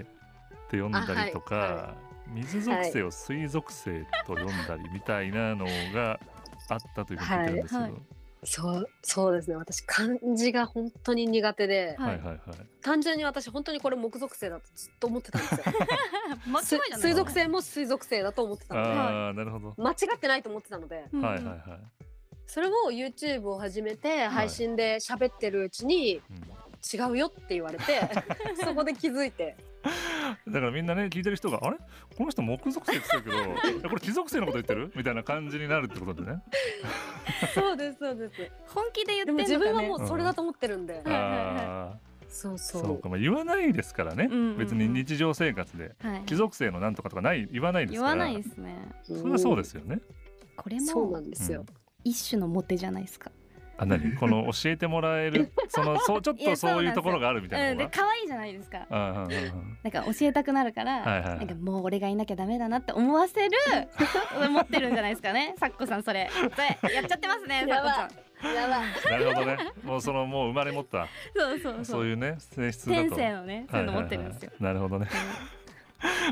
Speaker 1: て呼んだりとか、
Speaker 4: あは
Speaker 1: 水属性を水属性と呼んだりみたいなのがあったというふうに聞いてるんですけど、
Speaker 3: はいは
Speaker 4: そうそうですね。私漢字が本当に苦手で、
Speaker 1: はい、はい
Speaker 3: は
Speaker 1: はい
Speaker 4: 単純に私本当にこれ木属性だとずっと思ってたんです よ。
Speaker 3: 間違いじ
Speaker 4: す
Speaker 3: ゃない。
Speaker 4: 水属性も水属性だと思ってたので
Speaker 1: ああなるほど、
Speaker 4: 間違ってないと思ってたので
Speaker 3: うん。
Speaker 1: はいはいは
Speaker 3: うん
Speaker 1: い、
Speaker 4: それを YouTube を始めて配信で喋ってるうちに
Speaker 1: う
Speaker 4: 違うよって言わ れてそこで気づいて
Speaker 1: ん、だからみんなね聞いてる人があれこの人木属性って 言ってるけどえこれ貴属性のこと言ってるみたいな感じになるってことでね
Speaker 4: そうですそうです
Speaker 3: 本気で言って
Speaker 4: で
Speaker 3: んのかね。
Speaker 4: も自分はも
Speaker 1: う
Speaker 4: うそれだと思ってるんで
Speaker 3: はいはい
Speaker 1: ああ
Speaker 4: そう
Speaker 1: そ
Speaker 4: そうう
Speaker 1: かまあ言わないですからね、
Speaker 3: うんうんうん
Speaker 1: 別に日常生活で
Speaker 3: はい。
Speaker 1: 貴属性のなんとかとかない言わないです
Speaker 3: 言
Speaker 1: から
Speaker 3: わないですね。
Speaker 1: それはそうですすよね
Speaker 3: これ
Speaker 4: そうな
Speaker 3: も
Speaker 4: んですよ
Speaker 3: 一種のモテじゃないですか。
Speaker 1: あ何この教えてもら えるそのそうちょっ
Speaker 3: いや
Speaker 1: とそういうところがあるみた
Speaker 3: う
Speaker 1: い
Speaker 3: ん、
Speaker 1: な
Speaker 3: で
Speaker 1: のが
Speaker 3: 可愛いじゃないですか。
Speaker 1: ああ
Speaker 3: なん
Speaker 1: あ
Speaker 3: か教えたくなるから、
Speaker 1: はいはいはい
Speaker 3: なんかもう俺がいなきゃダメだなって思わせる 持ってるんじゃないですかね。サッコさんそれ、それやっちゃってますね。サッ
Speaker 4: や
Speaker 3: コ
Speaker 4: ばい
Speaker 3: さん。
Speaker 4: やばい
Speaker 1: あなるほどねもうそのもう生まれ持った
Speaker 3: そうそうそう。
Speaker 1: そういうね性質だと
Speaker 3: 天性のね、そういうの持ってるんですよ。
Speaker 1: はいはいはいなるほどね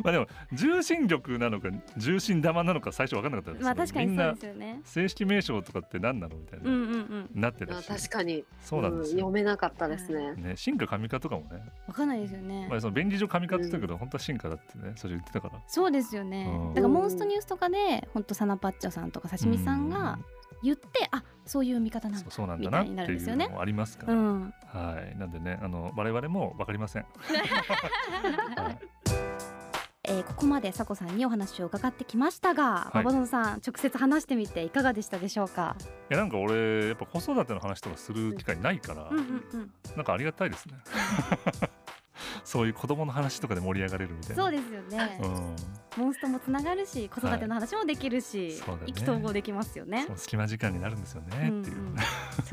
Speaker 1: まあでも重心力なのか重心玉なのか最初分かんなかったですけど
Speaker 3: まあ確か
Speaker 1: み
Speaker 3: に
Speaker 1: ん
Speaker 3: そう
Speaker 1: な
Speaker 3: ですよね。
Speaker 1: 正式名称とかって何なのみたいな、
Speaker 3: うんうんうん。
Speaker 1: なってた
Speaker 4: あ
Speaker 1: し
Speaker 4: 確かに
Speaker 1: そうなんです
Speaker 4: ん
Speaker 1: よ、
Speaker 4: 読めなかったですね
Speaker 1: ね、進化神化とかもね、
Speaker 3: わかんないですよね
Speaker 1: ま。あ、その便宜上神化って言ったけど、本当は進化だってねそれ言ってたから
Speaker 3: そうですよね
Speaker 1: うん。
Speaker 3: だからモンストニュースとかで、本当サナパッチョさんとか刺身さんが言ってあそういう見方なん
Speaker 1: そ
Speaker 3: だ
Speaker 1: うそうなんだなって
Speaker 3: みたいになるんです
Speaker 1: い
Speaker 3: よ
Speaker 1: う
Speaker 3: ね
Speaker 1: のもありますか
Speaker 3: う
Speaker 1: ら、
Speaker 3: ん
Speaker 1: はいなんでねあの我々もわかりません、はい
Speaker 3: えーここまで佐子さんにお話を伺ってきましたが、
Speaker 1: はい
Speaker 3: ババゾンさん直接話してみていかがでしたでしょうか、
Speaker 1: いやなんか俺やっぱ子育ての話とかする機会ないから、
Speaker 3: うんうんうん、
Speaker 1: なんかありがたいですね そういう子供の話とかで盛り上がれるみたいな
Speaker 3: そうですよね
Speaker 1: うん
Speaker 3: モンストもつながるし子育ての話もできるし、
Speaker 1: そうだね
Speaker 3: 意気投合できますよね
Speaker 1: そ。の隙間時間になるんですよねっていう、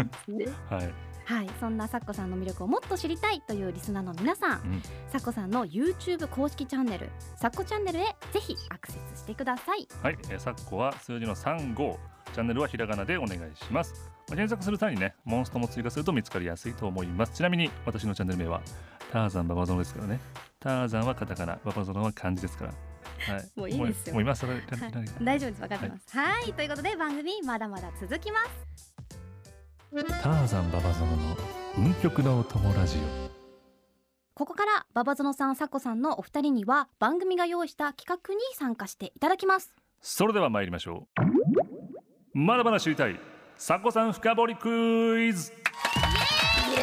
Speaker 3: うんうん
Speaker 4: ね
Speaker 1: はい
Speaker 3: はい、そんなサッコさんの魅力をもっと知りたいというリスナーの皆さん、
Speaker 1: うん
Speaker 3: サッコさんの YouTube 公式チャンネルサッコチャンネルへぜひアクセスしてください。
Speaker 1: はい、えー、昨今は数字の3号チャンネルはひらがなでお願いしますまあ検索する際にねモンストも追加すると見つかりやすいと思いますちなみに私のチャンネル名はターザンババゾノですからねターザンはカタカナババゾノは漢字ですからはい
Speaker 3: もういいですよ
Speaker 1: もう今更いら
Speaker 3: はい
Speaker 1: いらない
Speaker 3: 大丈夫です、わかってます。はい、ということで番組まだまだ続きます。
Speaker 1: ターザンババゾノの運極のお友ラジ
Speaker 3: ここからババゾノさん、サッコさんのお二人には番組が用意した企画に参加していただきます。
Speaker 1: それでは参りましょうまだまだ知りたいサコさん深掘りクイズという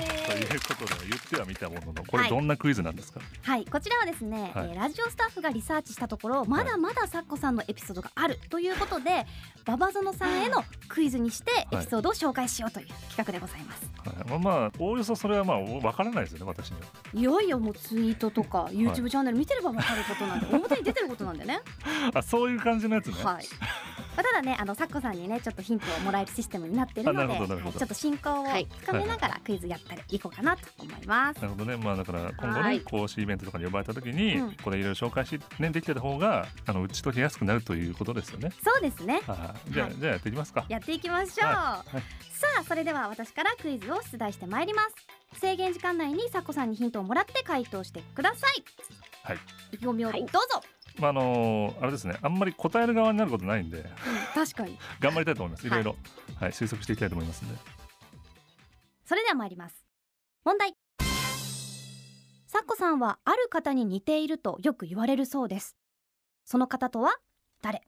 Speaker 1: ことで言ってはみたもののこ
Speaker 3: は
Speaker 1: れ
Speaker 3: い
Speaker 1: どんなクイズなんですか、
Speaker 3: はい、こちらはですね、
Speaker 1: はい
Speaker 3: えーラジオスタッフがリサーチしたところまだまだサッコさんのエピソードがあるということで、ババゾノさんへのクイズにしてエピソードを紹介しようという企画でございます、、
Speaker 1: はいまあまあおおよそそれはまあおわからないですよね私にはい
Speaker 3: よいよもうツイートとか YouTube チャンネル見てれば分かること なんで、表に出てることなんでね
Speaker 1: あそういう感じのやつね、
Speaker 3: はいまあただねあのサッコさんにねちょっとヒントをもらえるシステムになってるの
Speaker 1: あ
Speaker 3: で
Speaker 1: なるほどな
Speaker 3: は
Speaker 1: るほ
Speaker 3: い、
Speaker 1: ど
Speaker 3: ちょっと進行を
Speaker 4: はい
Speaker 3: つかめながらクイズやったりいこうかなと思います、
Speaker 1: なるほどねまあだから今後
Speaker 4: は
Speaker 1: ね
Speaker 4: い
Speaker 1: 講師イベントとかに呼ばれた時に、
Speaker 3: うん
Speaker 1: これいろいろ紹介し、ね、できてた方があの打ち解けやすくなるということですよね
Speaker 3: そうですね
Speaker 1: はいじゃあ、
Speaker 3: はい
Speaker 1: じゃあやっていきますか
Speaker 3: やっていきましょう、
Speaker 1: は
Speaker 3: さあそれでは私からクイズを出題してまいります制限時間内にさこさんにヒントをもらって回答してください
Speaker 1: はい
Speaker 3: 意気込みをど
Speaker 4: は
Speaker 3: う
Speaker 4: い
Speaker 3: ぞ、
Speaker 1: まああのーあれですねあんまり答える側になることないんで
Speaker 3: 確かに
Speaker 1: 頑張りたいと思いますいろいろ、はい、推測していきたいと思いますんで
Speaker 3: それでは参ります問題さこさんはある方に似ているとよく言われるそうですその方とは誰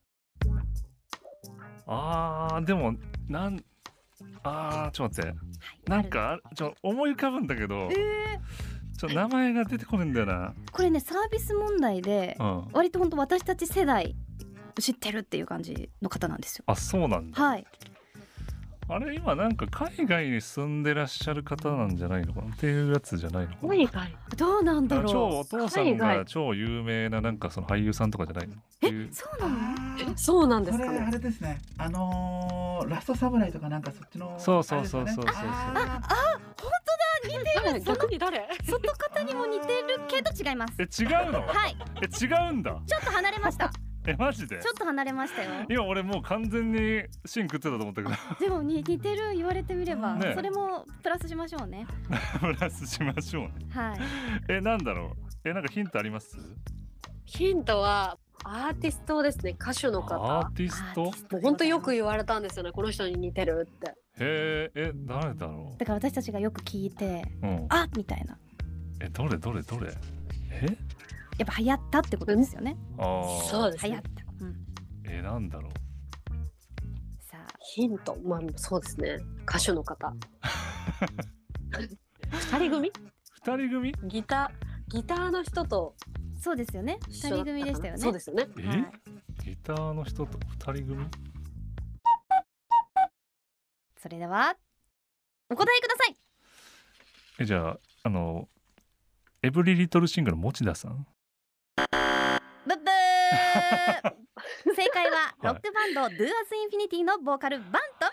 Speaker 1: あーでもなんあーちょっと待ってなんかあちょ思い浮かぶんだけど、ちょ名前が出てこないんだよな、
Speaker 3: これねサービス問題で
Speaker 1: うん、
Speaker 3: 割と本当私たち世代知ってるっていう感じの方なんですよ
Speaker 1: あそうなんだ
Speaker 3: はい
Speaker 1: あれ今なんか海外に住んでらっしゃる方なんじゃないのかなっていうやつじゃないのかな
Speaker 4: 何か
Speaker 3: どうなん
Speaker 1: あ
Speaker 3: だ
Speaker 1: の超
Speaker 3: ろ
Speaker 1: お父さん
Speaker 4: 海
Speaker 1: が
Speaker 4: 外
Speaker 1: 超有名ななんかその俳優さんとかじゃないのっていう
Speaker 3: うそうなの
Speaker 4: そうなんです
Speaker 5: これ
Speaker 4: か
Speaker 5: あ
Speaker 4: ね。
Speaker 5: れですね。あのーラストサムライとかなんかそっちの
Speaker 1: そうそうそうそうそう
Speaker 5: あれですよねあー
Speaker 4: 誰逆に誰？
Speaker 3: 外方にも似てるけど違います
Speaker 1: え違うの
Speaker 3: はい
Speaker 1: え違うんだ
Speaker 3: ちょっと離れました
Speaker 1: えマジで
Speaker 3: ちょっと離れましたよ
Speaker 1: 今俺もう完全に芯食ってたと思ったけど
Speaker 3: でもに似てる言われてみれば、
Speaker 1: ね
Speaker 3: それもプラスしましょうね
Speaker 1: プラスしましょうね
Speaker 3: はい
Speaker 1: えなんだろうえなんかヒントあります
Speaker 4: ヒントはアーティストですね。歌手の
Speaker 1: アー
Speaker 4: 方。
Speaker 1: ティスト
Speaker 4: もう本当よく言われたんですよね。この人に似てるって。
Speaker 1: へええ誰だろ
Speaker 3: だから私たちがよく聞いて
Speaker 1: ううん
Speaker 3: あみたいな
Speaker 1: えどれどれどれえ
Speaker 3: やっぱ流行ったってことですよね
Speaker 1: あー
Speaker 4: そうです
Speaker 3: 流行っ
Speaker 4: ね
Speaker 3: た。、うん、
Speaker 1: えなんだろう
Speaker 3: さあ
Speaker 4: ヒント、まあそうですね。歌手の方。 二人組？
Speaker 1: 二人組
Speaker 4: ギターギターの人と
Speaker 3: そうですよね
Speaker 4: 一
Speaker 3: 二
Speaker 4: 緒だ
Speaker 3: 人組で
Speaker 4: ったかな
Speaker 3: したよね
Speaker 4: そうですよね。
Speaker 1: え、
Speaker 3: はい
Speaker 1: ギターの人と二人組
Speaker 3: それではお答えください
Speaker 1: えじゃああのエブリリトルシングルの持田さん
Speaker 3: ブッ ブー正解はロックバンド Do As Infinity のボーカルバントミコ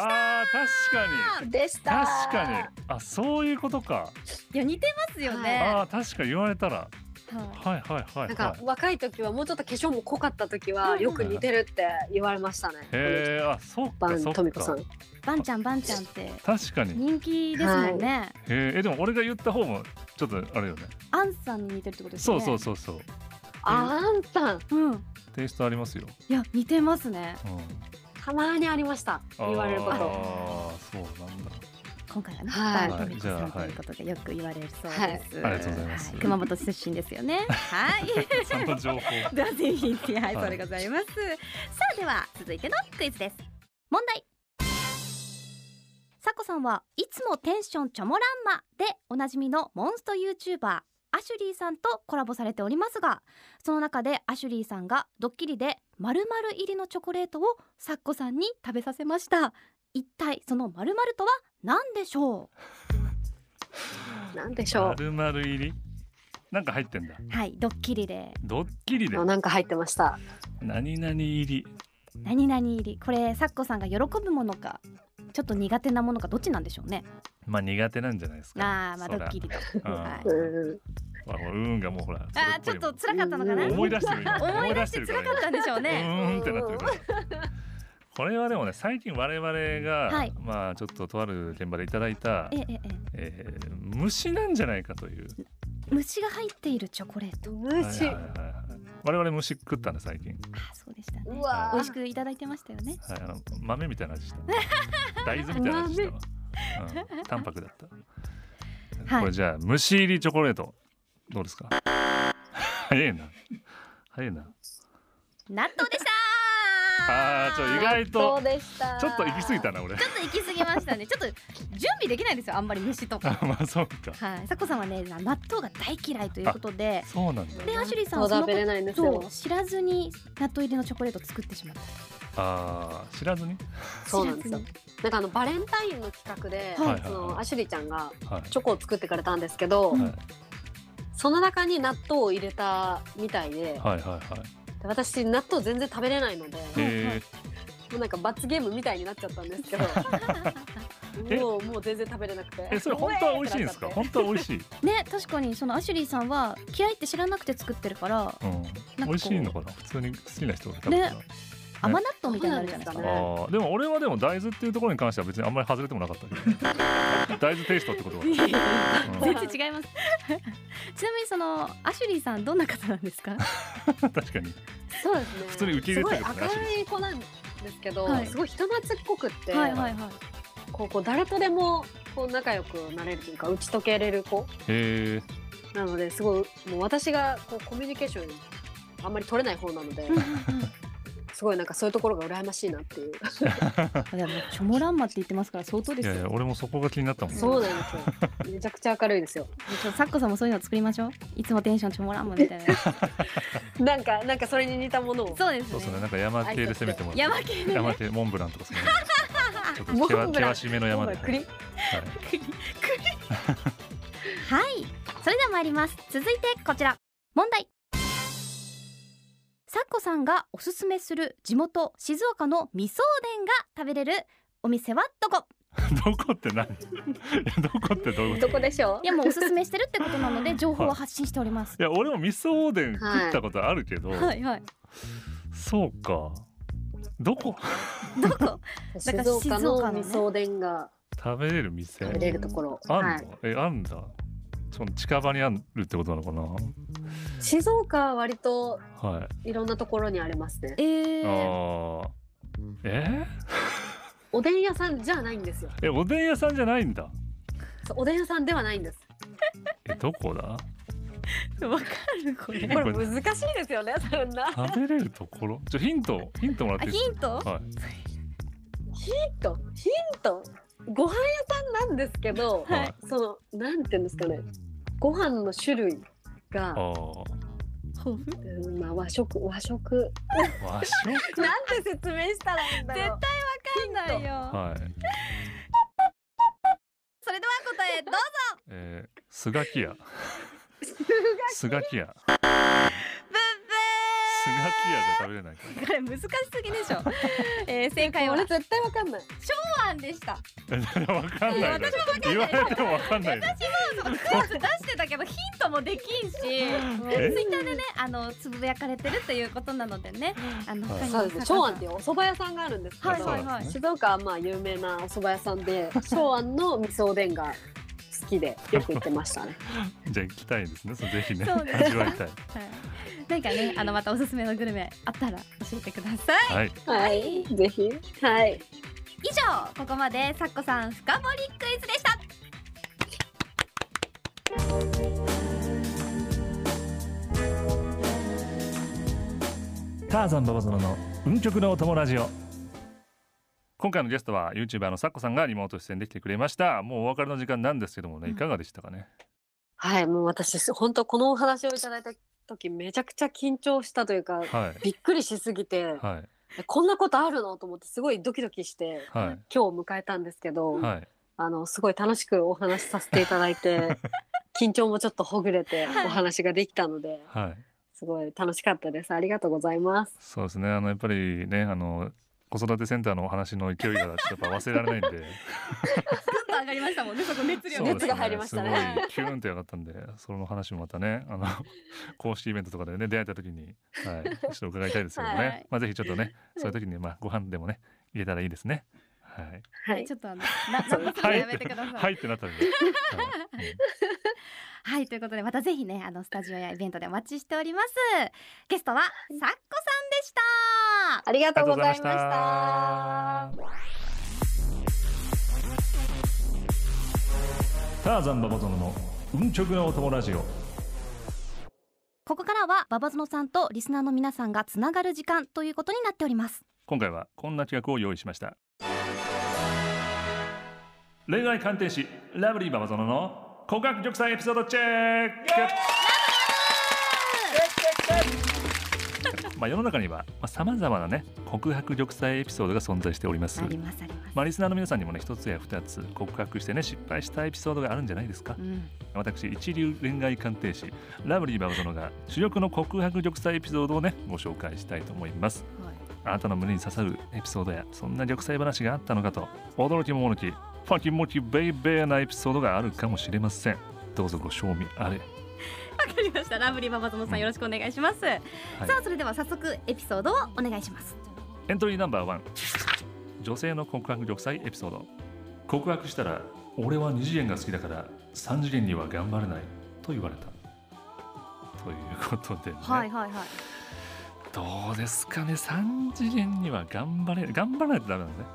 Speaker 1: あー確かに
Speaker 4: でした。
Speaker 1: 確かにあそういうことか
Speaker 3: いや似てますよね、
Speaker 1: あー確かに言われたら
Speaker 3: はい
Speaker 1: はいはいはい
Speaker 4: なん
Speaker 1: は
Speaker 4: か
Speaker 1: い
Speaker 4: 若い時はもうちょっと化粧も濃かった時
Speaker 3: うん
Speaker 4: は
Speaker 3: うん
Speaker 4: よく似てるって言われましたね。
Speaker 1: へえあそっ
Speaker 4: バ
Speaker 1: か
Speaker 4: ン
Speaker 1: そ
Speaker 4: ト
Speaker 1: っ
Speaker 4: ミコさ
Speaker 1: か
Speaker 4: ん。
Speaker 3: バンちゃんバンちゃんって
Speaker 1: 確かに
Speaker 3: 人気ですもんね、
Speaker 1: へーえでも俺が言った方もちょっとあれよね
Speaker 3: アンさんに似てるってことです
Speaker 1: そ
Speaker 3: よ
Speaker 1: う
Speaker 3: ね
Speaker 1: そうそうそう
Speaker 4: あんさん
Speaker 3: ううん
Speaker 1: テイストありますよ、
Speaker 3: いや似てますね
Speaker 1: うん、
Speaker 4: たまにありました。言われるこ
Speaker 1: あ
Speaker 4: と。
Speaker 1: ーそうなんだ
Speaker 3: 今回はね、
Speaker 4: はい
Speaker 3: バントミコさんと
Speaker 1: はい
Speaker 3: いうことでよく言われるそう
Speaker 4: はい
Speaker 3: です、
Speaker 1: ありがとうございます
Speaker 3: は熊本出身ですよね はい
Speaker 1: ちゃんと情報
Speaker 3: ダンディーはい、
Speaker 1: はい
Speaker 3: それございますさあでは続いてのクイズです問題サコさんはいつもテンションチョモランマでおなじみのモンスト YouTuber アシュリーさんとコラボされておりますがその中でアシュリーさんがドッキリで丸々入りのチョコレートをサッコさんに食べさせました一体その丸々とは何でしょ
Speaker 4: なんでしょ
Speaker 1: 丸々入りなんか入ってんだ
Speaker 3: うはいドッキリで
Speaker 1: ドッキリ
Speaker 4: う
Speaker 1: で
Speaker 4: あなんか入ってました
Speaker 1: 何々入り
Speaker 3: 何々入りこれサッコさんが喜ぶものかちょっと苦手なものかどっちなんでしょうね
Speaker 1: まあ苦手なんじゃないですか
Speaker 3: あーまあ
Speaker 1: そ
Speaker 3: ド
Speaker 1: ら
Speaker 3: ッキリと
Speaker 1: うん
Speaker 3: は
Speaker 4: う
Speaker 3: い
Speaker 4: ん
Speaker 1: ほらほらうんがもうほら
Speaker 3: あーち
Speaker 1: そ
Speaker 3: ょっ
Speaker 1: れぽい
Speaker 3: と辛かったのかな
Speaker 1: もん
Speaker 4: 辛
Speaker 1: 思い出してる今
Speaker 3: 思い出して辛かったんでしょう
Speaker 1: う
Speaker 3: ね
Speaker 1: ーんってなってるから。これはでもね最近我々が、
Speaker 3: はい
Speaker 1: まあちょっととある現場でいただいた
Speaker 3: え、えええ
Speaker 1: えー虫なんじゃないかという、
Speaker 3: 虫が入っているチョコレート
Speaker 4: 虫
Speaker 1: はいはいはいはい我々虫食ったね最近、
Speaker 3: あーそうでした
Speaker 4: う
Speaker 3: ね
Speaker 4: わ
Speaker 3: 美味しくいただいてましたよね
Speaker 1: はい、あの豆みたいな 味した大豆みたいな味したわ、うん、淡白だった、
Speaker 3: はい
Speaker 1: これじゃあ虫入りチョコレートどうですか 早いな早いな
Speaker 3: 納豆でした
Speaker 1: あーちょ意外
Speaker 4: そ
Speaker 1: と
Speaker 4: うでした
Speaker 1: ちょっと行き過ぎたな俺
Speaker 3: ちょっと行き過ぎましたねちょっと準備できないですよあんまり虫とか
Speaker 1: あまあそうか
Speaker 3: はいさこさんはね納豆が大嫌いということで
Speaker 1: そうなんだ
Speaker 3: でアシュリーさん
Speaker 4: そ
Speaker 3: はそ
Speaker 4: うだ
Speaker 3: のこ
Speaker 4: べれないんです
Speaker 3: と
Speaker 4: よ
Speaker 3: を知らずに納豆入りのチョコレートを作ってしまった
Speaker 1: あー知らずに
Speaker 4: そうなんですよ
Speaker 3: 知ら
Speaker 4: なんかあのバレンタインの企画
Speaker 1: は
Speaker 4: で、
Speaker 1: い
Speaker 4: そ
Speaker 1: はいは
Speaker 4: の
Speaker 1: い
Speaker 4: アシュリーちゃんが
Speaker 1: はい
Speaker 4: チョコを作ってくれたんですけど、
Speaker 1: はい
Speaker 4: その中に納豆を入れたみたいで、
Speaker 1: はいはいはい。
Speaker 4: で私納豆全然食べれないので、
Speaker 1: え
Speaker 4: もうなんか罰ゲームみたいになっちゃったんですけ
Speaker 1: え
Speaker 4: どもうもう全然食べれなくて
Speaker 1: ー、えそれ本当は美味しいんですか？
Speaker 4: うえーってなっちゃ
Speaker 1: 本
Speaker 4: っ
Speaker 1: 当は美味しい。
Speaker 3: ね確かにそのアシュリーさんは嫌いって知らなくて作ってるから
Speaker 1: う。
Speaker 3: なんんかこう
Speaker 1: 美味しいのかな？普通に好きな人が食べたら。
Speaker 3: ね甘納豆みたいになるじゃないですか
Speaker 4: そうなん
Speaker 1: ああ、でも俺はでも大豆っていうところに関しては別にあんまり外れてもなかったけど。大豆テイストってことは。うん
Speaker 3: 全然違います ちなみにそのアシュリーさんどんな方なんですか
Speaker 1: 確かに。
Speaker 4: そうですね
Speaker 1: 普通に受け入れてるよね
Speaker 4: すごい明るい子なんですけど、
Speaker 3: はい
Speaker 4: すごい人懐っこくって、
Speaker 3: はいはいはい
Speaker 4: こうこう誰とでもこう仲良くなれるというか打ち解けれる子
Speaker 1: え
Speaker 4: なのですごいもう私がこうコミュニケーションあんまり取れない方なので、すごいなんかそういうところが羨ましいなっていう
Speaker 3: あでもチョモランマって言ってますから相当で
Speaker 1: え。い
Speaker 3: す
Speaker 1: やいや、
Speaker 3: よ
Speaker 1: 俺もそこが気になったもん。
Speaker 4: そうなんですよ めちゃくちゃ明るいですよ
Speaker 3: ちょっとサッコさんもそういうの作りましょういつもテンションチョモランマみたいな
Speaker 4: なんかなんかそれに似たものを
Speaker 3: そうです
Speaker 1: そうですね。
Speaker 3: ね
Speaker 1: なんか山系で攻めてもらっ
Speaker 3: 山系
Speaker 1: て。
Speaker 3: の
Speaker 1: 山
Speaker 3: ね
Speaker 1: 系モンブランとかその辺。ちょっと険
Speaker 4: モンブラン
Speaker 1: 険しめの山で。
Speaker 4: 栗
Speaker 1: はい
Speaker 3: はいそれでは参ります続いてこちら問題サッコさんがおすすめする地元静岡の味噌おでんが食べれるお店はど こ
Speaker 1: どこって何？いやどこってどういうこと？
Speaker 4: どこでしょう
Speaker 3: いやもうおすすめしてるってことなの で情報を発信しております
Speaker 1: いや、俺も味噌おでん食ったことあるけど。
Speaker 3: はいはい
Speaker 1: そうか。どこ
Speaker 3: ど こ
Speaker 4: 静
Speaker 3: なんか静
Speaker 4: 岡
Speaker 3: 岡の
Speaker 4: の味噌おでんが
Speaker 1: 食べれる店
Speaker 4: 食べれるところ、
Speaker 1: あんの、
Speaker 4: はい、
Speaker 1: え、あんだ。その近場にあるってことなのか
Speaker 4: 静岡は割と
Speaker 1: な。はい。
Speaker 4: いろんなところにありますね
Speaker 3: え
Speaker 1: あ
Speaker 3: ー、
Speaker 1: ーえ
Speaker 4: おでん屋さんじゃないんですよ
Speaker 1: ーえ、おでん屋さんじゃないんだ。
Speaker 4: そうおでん屋さんではないんです
Speaker 1: え、どこだ。
Speaker 3: わかるこれ
Speaker 1: これ難
Speaker 4: しいですよねそんな
Speaker 1: 食べれるところ。ちょ、ヒント、ヒントもらっ
Speaker 3: あ
Speaker 1: ていい
Speaker 3: ヒント
Speaker 1: ですか。はい。
Speaker 4: ヒントヒントご飯屋さんなんですけど、
Speaker 1: はい
Speaker 4: そのなんていうんですかねご飯の種類が
Speaker 1: あ、あ。
Speaker 4: うんまあ、和食和食
Speaker 1: 和食。
Speaker 4: なんて説明したらいいんだ
Speaker 3: ろう
Speaker 4: 絶対わ
Speaker 3: よ
Speaker 1: はい。
Speaker 3: それでは答えどう
Speaker 1: えー、すがきや。すがきや。すがきやじゃ食べれないか
Speaker 3: これ難しすぎでしょ、えー、正解は
Speaker 4: 俺
Speaker 3: ル
Speaker 4: 絶対わかんない
Speaker 3: パンでした
Speaker 1: ら。わかんないな。言われてもわかんないな。
Speaker 3: そうクラス出してたけどヒントもできんしツイ
Speaker 1: え
Speaker 3: ッターでねあのつぶやかれてるということなのでねあの
Speaker 1: は
Speaker 3: 他
Speaker 1: い
Speaker 3: に
Speaker 4: そうですね長安っていうお蕎麦屋さんがあるんですけど、
Speaker 3: はいはいはい
Speaker 1: そうなんですね
Speaker 4: 静岡はまあ有名なお蕎麦屋さんで長安の味噌おでんが好きでよく行ってましたね
Speaker 1: じゃあ行きたいですね。そうぜひね、
Speaker 3: そうです
Speaker 1: 味わいたい。
Speaker 3: はいなんかねあのまたおすすめのグルメあったら教えてください
Speaker 1: はい。
Speaker 4: はいぜひはい
Speaker 3: 以上ここまでさっこさん深掘りクイズでした
Speaker 1: ターザンババゾノの運極のお友ラジオ。今回のゲストは YouTuber のサッコさんがリモート出演できてくれましたもうお別れの時間なんですけどもねいかがでしたかね、
Speaker 4: はい、もう私、本当このお話をいただいた時、めちゃくちゃ緊張したというか、
Speaker 1: はい
Speaker 4: びっくりしすぎて、
Speaker 1: はい
Speaker 4: こんなことあるのと思って、すごいドキドキして、
Speaker 1: は
Speaker 4: 今日を迎えたんですけど、
Speaker 1: いはい
Speaker 4: あの、すごい楽しくお話しさせていただ いて、緊張もちょっとほぐれて、お話ができたので、
Speaker 1: はい
Speaker 4: すごい楽しかったです。ありがとうございます。
Speaker 1: そうですねあのやっぱりねあの子育てセンターのお話の勢いがちょっとやっぱ忘れられないんで
Speaker 2: ぐっと上がりましたもんね、そこ熱量
Speaker 1: そう
Speaker 2: が。
Speaker 1: です
Speaker 4: 熱が入りましたね
Speaker 1: すごいキューンって上がったんでその話もまたねあの公式イベントとかでね出会えた時に、はい、ちょっと伺いたいですけどもね、
Speaker 2: はい
Speaker 1: まあぜひちょっとねそういう時にまあご飯でもね入れたらいいですねはい
Speaker 4: はい
Speaker 2: ち。ょっとあの、ラップするのやめてください。
Speaker 1: はいってなったんで、はいうん
Speaker 3: はいということでまたぜひねあのスタジオやイベントでお待ちしておりますゲストはさっこさんでした
Speaker 4: ありがとうございまし
Speaker 1: ありがとうご
Speaker 4: た。
Speaker 1: ざいましたターザンババゾノの運極のお友ラジオ
Speaker 3: ここからはババゾノさんとリスナーの皆さんがつながる時間ということになっております
Speaker 1: 今回はこんな企画を用意しました恋愛鑑定士ラブリーババゾノの告白玉砕エピソードチェッ クまあ世の中にはさまざ、まなね告白玉砕エピソードが存在しております
Speaker 3: ありますあります
Speaker 1: まあ、リスナーの皆さんにもね一つや二つ告白してね失敗したエピソードがあるんじゃないですか、
Speaker 3: うん
Speaker 1: 私一流恋愛鑑定士ラブリーバブ殿が主力の告白玉砕エピソードをねご紹介したいと思います
Speaker 3: はい
Speaker 1: あなたの胸に刺さるエピソードやそんな玉砕話があったのかと驚きも驚きファキモキベイベーなエピソードがあるかもしれませんどうぞご賞味あ
Speaker 3: わ
Speaker 1: れ
Speaker 3: かりましたラブリーババゾノさんよろしくお願いします、さあそれでは早速エピソードをお願いします
Speaker 1: エントリーナンバーワン女性の告白玉砕エピソード告白したら俺は二次元が好きだから三次元には頑張れないと言われたということでね、
Speaker 3: はいはいはい
Speaker 1: どうですかね三次元には頑張れ頑張らないとダメなんですね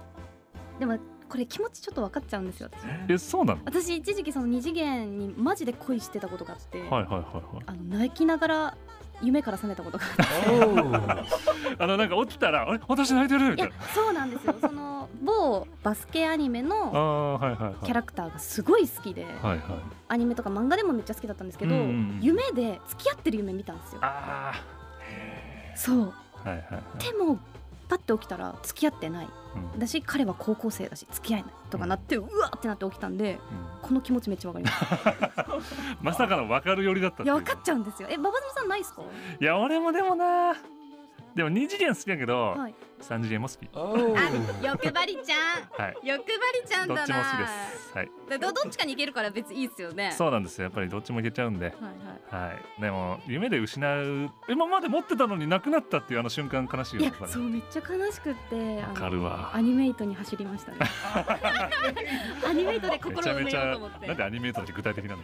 Speaker 3: でもこれ気持ちちょっと分かっちゃうんですよ私
Speaker 1: えそうなの
Speaker 3: 私一時期その二次元にマジで恋してたことがあって、
Speaker 1: はいはいはいはい
Speaker 3: あの泣きながら夢から覚めたことがあって
Speaker 1: あのなんか起きたらあれ私泣いてるみ
Speaker 3: い
Speaker 1: たい
Speaker 3: や
Speaker 1: な
Speaker 3: そうなんですよその某バスケアニメ
Speaker 1: あ
Speaker 3: の
Speaker 1: あはいはいはい
Speaker 3: キャラクターがすごい好きで、
Speaker 1: はいはい
Speaker 3: アニメとか漫画でもめっちゃ好きだったんですけど、
Speaker 1: うんうん
Speaker 3: 夢で付き合ってる夢見たんですよ
Speaker 1: あ
Speaker 3: そう
Speaker 1: あはいはいはい
Speaker 3: でもパッて起きたら付き合ってない
Speaker 1: うん
Speaker 3: だし彼は高校生だし付き合えないとかなって、うわーってなって起きたんで
Speaker 1: うん
Speaker 3: この気持ちめっちゃわかります
Speaker 1: まさかの分かる寄りだった
Speaker 3: いや分かっち
Speaker 1: ゃ
Speaker 3: ゃうんですよえババズムさんないですか
Speaker 1: いや俺もでもなでも二次元好きだけど、
Speaker 3: はい
Speaker 1: 三次元も好き
Speaker 2: あ欲張りちゃん。
Speaker 1: はい
Speaker 2: 欲張りちゃん
Speaker 1: どっ
Speaker 2: だな。
Speaker 1: ちも好きですはい
Speaker 2: だどどっちかに行けるから別にいいですよね。
Speaker 1: そうなんですよやっぱりどっちもいけちゃうんで
Speaker 2: はいはい。
Speaker 1: はいでも夢で失う今まで持ってたのになくなったっていうあの瞬間悲しいよ
Speaker 3: いや
Speaker 1: っぱり
Speaker 3: そうめっちゃ悲しくって
Speaker 1: わ
Speaker 3: あの
Speaker 1: かるわ
Speaker 3: アニメイトに走りましたねアニメイトで
Speaker 1: めち
Speaker 3: 心を
Speaker 1: ゃ
Speaker 3: 埋
Speaker 1: め
Speaker 3: め
Speaker 1: ち
Speaker 3: よう
Speaker 1: ゃ
Speaker 3: と思って
Speaker 1: なんでアニメーターって具体的なんだ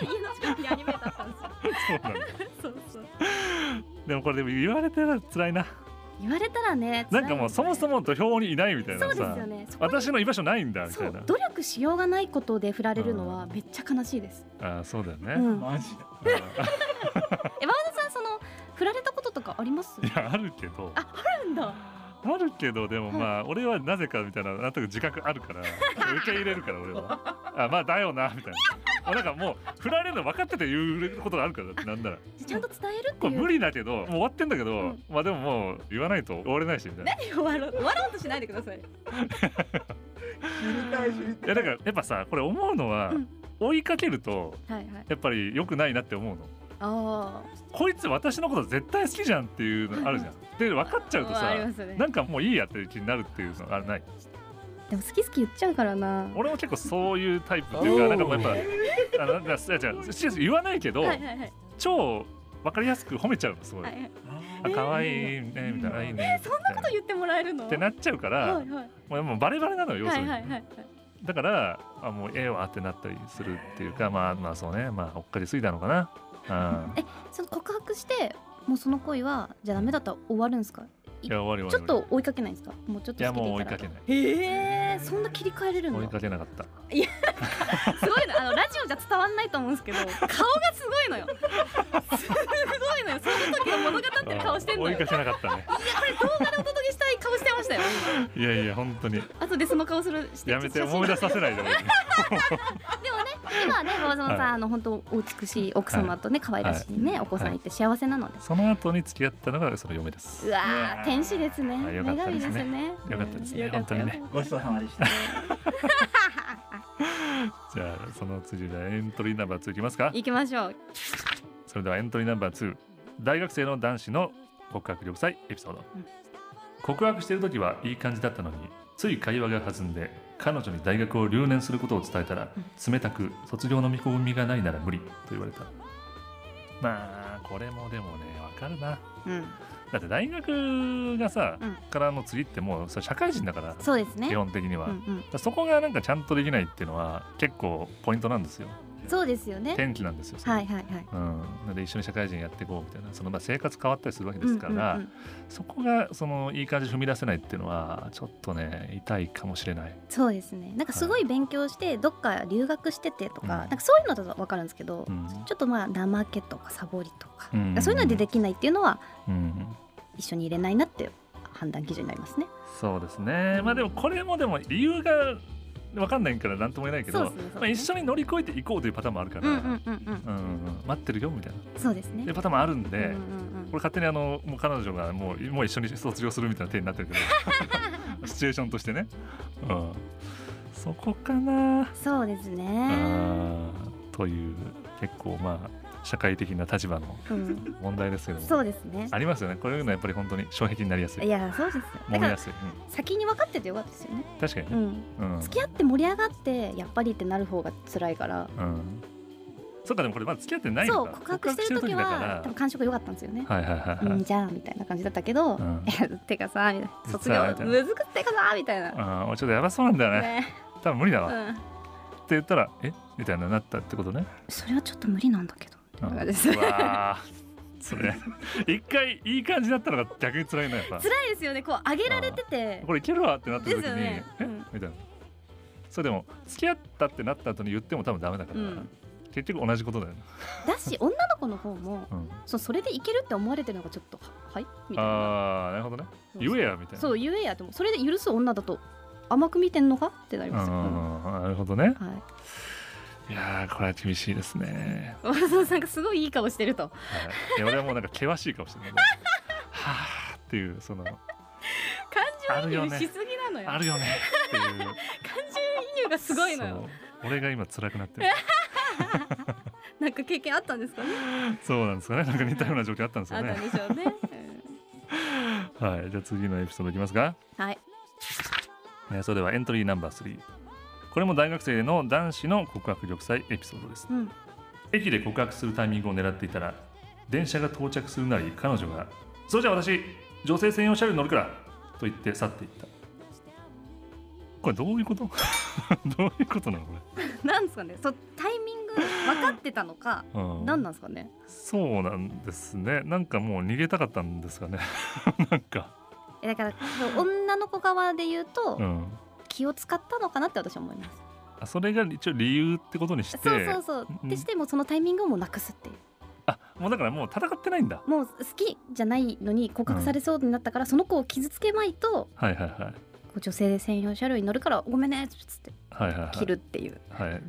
Speaker 3: 家の近くにアニメーターあったんですよ
Speaker 1: そうなんだ
Speaker 3: そうそう
Speaker 1: でもこれでも言われたら辛いな
Speaker 3: 言われたらね
Speaker 1: なんかもうそもそ
Speaker 3: も
Speaker 1: も土俵にいないみたい
Speaker 3: そ
Speaker 1: な
Speaker 3: う
Speaker 1: さ
Speaker 3: ですよねそこ
Speaker 1: 私の居場所ないんだみ
Speaker 3: そ
Speaker 1: たいうな
Speaker 3: 努力しようがないことで振られるのはめっちゃ悲しいです、
Speaker 1: あーそうだよね、
Speaker 3: うん
Speaker 1: うん
Speaker 3: えバ
Speaker 5: マジだ
Speaker 3: バさんその振られたこととかあります
Speaker 1: いやあるけど
Speaker 3: ああるんだ
Speaker 1: あるけどでもまあ俺はなぜかみたいななんとなく自覚あるから受け入れるから俺 はあまあだよなみたいなあなんかもう振られるの分かってて言うことがあるからだってなんなら
Speaker 3: ちゃんと伝えるって
Speaker 1: これ
Speaker 3: いう
Speaker 1: 無理だけどもう終わってんだけど、
Speaker 3: ん
Speaker 1: まあでももう言わないと終われないしみたいな。
Speaker 2: 終わろう終わろうとしないでください。
Speaker 5: 知りたい知り
Speaker 1: い
Speaker 5: た
Speaker 1: や
Speaker 5: い
Speaker 1: だからやっぱさこれ思うのは、
Speaker 3: うん
Speaker 1: 追いかけると
Speaker 3: はいはい
Speaker 1: やっぱり良くないなって思うの。
Speaker 3: あ
Speaker 1: こいつ私のこと絶対好きじゃんっていうのあるじゃん。で分かっちゃうと
Speaker 2: あ
Speaker 1: さ
Speaker 2: ありますよね。
Speaker 1: なんかもういいやっていう気になるっていうのがない。
Speaker 3: あでも好き好き言っちゃうからな
Speaker 1: 俺も結構そういうタイプっていうか
Speaker 5: おー
Speaker 1: なんかもうやっぱあのなんかいや違うシリアス言わないけど、
Speaker 3: はいはいはい
Speaker 1: 超分かりやすく褒めちゃうのすごい。
Speaker 3: はいはい
Speaker 1: あ可愛いねみたいな、いいね。そんなこと
Speaker 3: 言ってもらえるの
Speaker 1: ってなっちゃうか
Speaker 3: はい
Speaker 1: ら、
Speaker 3: はいは
Speaker 1: もうもうバレバレなのよ要する
Speaker 3: い
Speaker 1: に。
Speaker 3: はいはい
Speaker 1: だからあもうええわってなったりするっていうかまあまあそうねまあほっかりすぎたのかな。うん、
Speaker 3: その告白してもうその恋はじゃあダメだったら終わるんですか
Speaker 1: いや終わり終わり。
Speaker 3: ちょっと追いかけないんですかもうちょっ
Speaker 1: い
Speaker 3: と
Speaker 1: や
Speaker 3: 好きで
Speaker 1: もう追
Speaker 3: い
Speaker 1: い
Speaker 3: た
Speaker 1: からけない。
Speaker 3: へえそんな切り替えれるん
Speaker 1: 追い
Speaker 3: だ
Speaker 1: かけなかった。
Speaker 3: すごいのあのラジオじゃ伝わんないと思うんですけど顔がすごいのよすごいのよその時の物語ってる顔してん
Speaker 1: 追
Speaker 3: の
Speaker 1: い
Speaker 3: よ
Speaker 1: かけなかったね。
Speaker 3: お届けしたい顔してまし
Speaker 2: したよ今
Speaker 1: いやいや本当に
Speaker 2: 後でその顔するして
Speaker 1: や めて
Speaker 2: ちょっと写真
Speaker 1: 思い出させないで俺に
Speaker 3: でもね今はね馬場園さん、
Speaker 1: はい
Speaker 3: あの本当お美しい奥様とね可愛らしいね、お子さんいて幸せなので、
Speaker 1: その後に付き合ったのがその嫁です
Speaker 3: うわー天使ですね
Speaker 1: はいよかっ
Speaker 3: 女
Speaker 1: た
Speaker 3: 神
Speaker 1: で
Speaker 3: ですす
Speaker 1: ね
Speaker 3: ね
Speaker 1: よかったですね
Speaker 3: よかった
Speaker 1: 本当にね
Speaker 5: ごちそうさまでした。
Speaker 1: じゃあその次でエントリーナンバー2いきますか
Speaker 2: 行きましょう
Speaker 1: それではエントリーナンバー2大学生の男子の告白力祭エピソード、
Speaker 3: うん
Speaker 1: 告白してる時はいい感じだったのについ会話が弾んで彼女に大学を留年することを伝えたら冷たく卒業の見込みがないなら無理と言われたまあこれもでもねわかるな
Speaker 2: うん
Speaker 1: だって大学がさ、
Speaker 3: うん
Speaker 1: からの次ってもうそれ社会人だから
Speaker 3: そうですね
Speaker 1: 基本的には、
Speaker 3: うん
Speaker 1: だか
Speaker 3: うん、
Speaker 1: らそこがなんかちゃんとできないっていうのは結構ポイントなんですよ
Speaker 3: そうですよね
Speaker 1: 天気なんですよそれ
Speaker 3: はいはいはい
Speaker 1: うん、なので一緒に社会人やっていこうみたいなそのまあ生活変わったりするわけですから、
Speaker 3: うんうんうん
Speaker 1: そこがそのいい感じに踏み出せないっていうのはちょっとね痛いかもしれない
Speaker 3: そうですねなんかすごい勉強してどっか留学しててとか,、
Speaker 1: うん
Speaker 3: なんかそういうのだと分かるんですけど、
Speaker 1: うん、
Speaker 3: ちょっとまあ怠けとかサボりとか、
Speaker 1: うん
Speaker 3: そういうのでできないっていうのは
Speaker 1: うん
Speaker 3: 一緒に入れないなっていう判断基準になりますね
Speaker 1: そうですねまあでもこれもでも理由が分かんないから何とも言えないけど、
Speaker 3: そうですねそうですね
Speaker 1: まあ、一緒に乗り越えていこうというパターンもあるから、
Speaker 3: うんうんうんうん
Speaker 1: うんうん待ってるよみたいな
Speaker 3: そうですね
Speaker 1: でパターンもあるんで、
Speaker 3: うんうん
Speaker 1: これ勝手にあのもう彼女がもうもう一緒に卒業するみたいな手になってるけ どシチュエーションとしてね、うん、そこかな
Speaker 3: うんそうですね
Speaker 1: あーという結構まあ社会的な立場の
Speaker 3: うん、
Speaker 1: 問題ですけども
Speaker 3: そうですね
Speaker 1: ありますよねこういうのはやっぱり本当に障壁になりやすい
Speaker 3: いやそうですよだか
Speaker 1: 揉め
Speaker 3: ら
Speaker 1: やすい、う
Speaker 3: 先に分かっててよかったですよね、
Speaker 1: ん、確かに
Speaker 3: う
Speaker 1: ね、
Speaker 3: ん、
Speaker 1: うん
Speaker 3: 付き合って盛り上がってやっぱりってなる方が辛いから
Speaker 1: うんそうかでもこれまだ付き合ってない
Speaker 3: そ
Speaker 1: の
Speaker 3: う
Speaker 1: か
Speaker 3: 告白してる時
Speaker 1: 告白
Speaker 3: は多
Speaker 1: して
Speaker 3: 分
Speaker 1: る時
Speaker 3: 感触良かったんですよね
Speaker 1: だ、からはいはいはいは
Speaker 3: う
Speaker 1: い、
Speaker 3: ん、じゃあみたいな感じだったけど、
Speaker 1: うん
Speaker 3: いやてかさみたいな卒
Speaker 1: 実
Speaker 3: 業
Speaker 1: はみたいな
Speaker 3: むずくってかさみたいな、
Speaker 1: あー俺ちょっとやばそうなんだよね
Speaker 3: ね
Speaker 1: 多分無理だ
Speaker 3: う
Speaker 1: わ、って
Speaker 3: ん、
Speaker 1: 言ったらえみたいななったってことね
Speaker 3: それはちょっと無理なんだけど
Speaker 1: うん
Speaker 3: なんかです
Speaker 1: うわーそれ一回いい感じだったのが逆に辛いなやっぱ
Speaker 3: 辛いですよねこう上げられてて
Speaker 1: これいけるわってなった時に、
Speaker 3: ですよね
Speaker 1: え
Speaker 3: うん
Speaker 1: みたいなそれでも付き合ったってなった後に言っても多分ダメだから、
Speaker 2: うん
Speaker 1: 結局同じことだよね、
Speaker 3: だし女の子の方も
Speaker 1: うん、
Speaker 3: そうそれでいけるって思われてるのがちょっとははいみたいな
Speaker 1: ああなるほどね
Speaker 3: そう
Speaker 1: 言えやみたいな
Speaker 3: そう言えやと思うそれで許す女だと甘く見てんのかってなり
Speaker 1: うん
Speaker 3: ますよ、うん
Speaker 1: なるほどね
Speaker 3: はい
Speaker 1: いやーこれは厳しいですね、
Speaker 2: 和田さんがすごいいい顔してると
Speaker 1: はい、いや俺はもうなんか険しい顔してるはあっていうその
Speaker 2: 感情移
Speaker 1: あるよ
Speaker 2: 入
Speaker 1: ね
Speaker 2: しすぎなのよ
Speaker 1: あるよねっていう
Speaker 2: 感情移入がすごいのよ
Speaker 1: そう俺が今辛くなってる
Speaker 2: なんか経験あったんですかね
Speaker 1: そうなんですかねなんか似たような状況あったんです
Speaker 2: あ
Speaker 1: よ
Speaker 2: った
Speaker 1: ね
Speaker 2: んでしょうね、
Speaker 1: はい、じゃあ次のエピソードいきますか。
Speaker 2: はい。
Speaker 1: えーそれではエントリーナンバー3。これも大学生の男子の告白力祭エピソードです。
Speaker 3: うん
Speaker 1: 駅で告白するタイミングを狙っていたら、電車が到着するなり彼女が、それじゃあ私、女性専用車両に乗るからと言って去っていった。これどういうこと どういうことなのこ
Speaker 2: うん、なんですかねそうタイミング分かってたのか
Speaker 1: れ。うん
Speaker 2: 何なんですかね
Speaker 1: そうなんですね。なんかもう逃げたかったんですかね。なんか。
Speaker 3: えだからそう女の子側で言うと、
Speaker 1: うん。
Speaker 3: 気を使ったのかなって私は思います
Speaker 1: あそれが一応理由ってことにして。
Speaker 3: そうそうそう
Speaker 1: うん
Speaker 3: でしてもうそのタイミングをもうなくすってい
Speaker 1: あもうだからもう戦ってないんだ
Speaker 3: うもう好きじゃないのに告白されそうになったから、その子を傷つけまいと
Speaker 1: はいはいはい
Speaker 3: こう女性専用車両に乗るからごめんねっつって
Speaker 1: はいはいはい
Speaker 3: 切るっていう、
Speaker 1: はい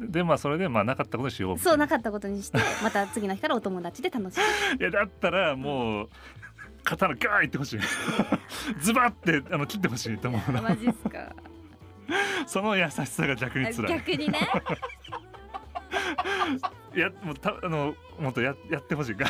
Speaker 1: でまあそれでまあなかったことにしようみた
Speaker 3: そう
Speaker 1: いな
Speaker 3: なかったことに してまた次の日からお友達で楽しい
Speaker 1: いやだったらもう刀ガーいってほしい ズバってあの切ってほしいと思うな
Speaker 2: マジっすか
Speaker 1: その優しさが逆につらい
Speaker 2: 逆 にね
Speaker 1: いやもうたあのもっとややってほしいが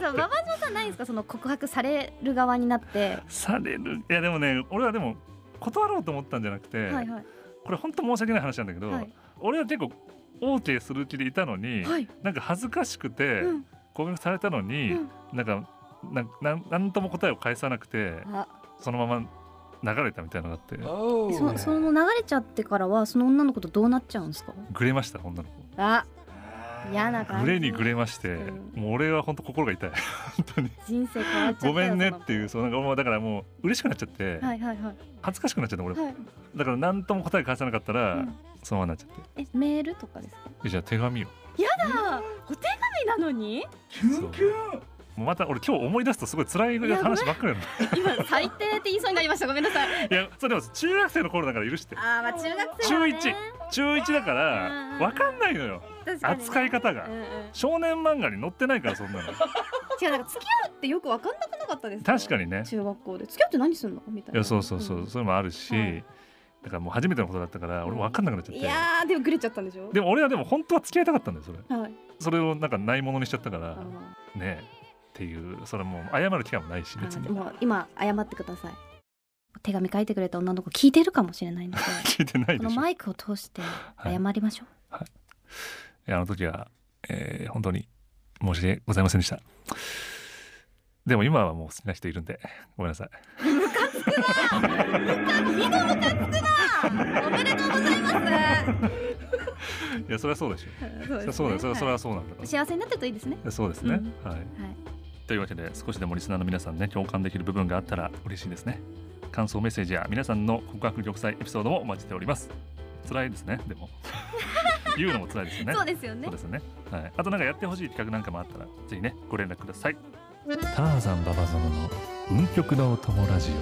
Speaker 3: そう馬場園さんないんですかその告白される側になって
Speaker 1: されるいやでもね俺はでも断ろうと思ったんじゃなくて、
Speaker 3: はいはい
Speaker 1: これ本当申し訳ない話なんだけど、
Speaker 3: はい
Speaker 1: 俺は結構 OK する気でいたのに、
Speaker 3: はい
Speaker 1: なんか恥ずかしくて、
Speaker 3: うん
Speaker 1: 攻撃されたのに、
Speaker 3: うん
Speaker 1: なんかなんなんなんとも答えを返さなくて
Speaker 3: あ
Speaker 1: そのまま流れたみたいなのがあって
Speaker 5: お
Speaker 3: そのその流れちゃってからはその女の子とどうなっちゃうんですか
Speaker 1: ぐれました女の
Speaker 3: あ嫌な感
Speaker 1: 子
Speaker 3: じ
Speaker 1: ぐれにぐれまして、
Speaker 3: う
Speaker 1: もう俺は本当心 が痛い本当に
Speaker 3: 人生変わっちゃった
Speaker 1: ご
Speaker 3: よ
Speaker 1: めんね
Speaker 3: その
Speaker 1: っていうそうなんかもうだからもう嬉しくなっちゃって、
Speaker 3: はいはいはい
Speaker 1: 恥ずかしくなっちゃった俺も、
Speaker 3: はい
Speaker 1: だから何とも答え返さなかったら、
Speaker 3: うん
Speaker 1: そのままになっちゃ
Speaker 3: え
Speaker 1: っ
Speaker 3: メールとかですか
Speaker 1: てじゃあ手紙を
Speaker 2: お手紙なのに
Speaker 5: キュンキュン。
Speaker 1: もうまた俺今日思い出すとすごい辛い話ばっかりなの
Speaker 3: 今最低って言いそうになりましたごめんなさい
Speaker 1: いやそれでも中学生の頃だから許して
Speaker 2: あーまあ中学生
Speaker 1: 中
Speaker 2: は
Speaker 1: 1
Speaker 2: ね
Speaker 1: 中1だから分かんないのよ
Speaker 2: 確かにね
Speaker 1: 扱い方
Speaker 2: うんう
Speaker 1: が
Speaker 2: ん
Speaker 1: 少年漫画に載ってないからそん な
Speaker 3: 違
Speaker 1: の
Speaker 3: うなんか付き合うってよく分かんなくなかったです
Speaker 1: 確かにね
Speaker 3: 中学校で付き合うって何するのみたい
Speaker 1: い
Speaker 3: な
Speaker 1: やそうそうそう、
Speaker 3: ん
Speaker 1: それもあるし、
Speaker 3: はい
Speaker 1: だからもう初めてのことだったから俺も分かんなくなっちゃって、
Speaker 3: いやーでもグレちゃったんでしょ
Speaker 1: でも俺はでも本当は付き合いたかったんだよそれ
Speaker 3: はい
Speaker 1: それをなんかないものにしちゃったか
Speaker 3: あ
Speaker 1: ら
Speaker 3: の
Speaker 1: ねっていうそれもう謝る機会もないし別に
Speaker 3: もう今謝ってください手紙書いてくれた女の子聞いてるかもしれないので
Speaker 1: 聞いてない
Speaker 3: こ
Speaker 1: で
Speaker 3: の
Speaker 1: しょい
Speaker 3: マイクを通して謝りましょ う、
Speaker 1: やあの時は、えー本当に申し訳ございませんでしたでも今はもう好きな人いるんでごめんなさい
Speaker 2: おめでとうございます
Speaker 1: いやそれはそうでしょ
Speaker 3: そう
Speaker 1: そりゃそうだよそれはそれ
Speaker 3: は
Speaker 1: はそうなんだか
Speaker 3: い
Speaker 1: らい
Speaker 3: 幸せになってるといいですね
Speaker 1: やそうですね、は
Speaker 3: は
Speaker 1: い
Speaker 3: い
Speaker 1: というわけで少しでもリスナーの皆さんね共感できる部分があったら嬉しいですね感想メッセージや皆さんの告白玉砕エピソードもお待ちしております辛いですねで も言うのも辛いですよね
Speaker 3: そうですよね
Speaker 1: そうですねはい、あとなんかやってほしい企画なんかもあったらぜひねご連絡くださいターザンババゾノの運極のお友ラジオ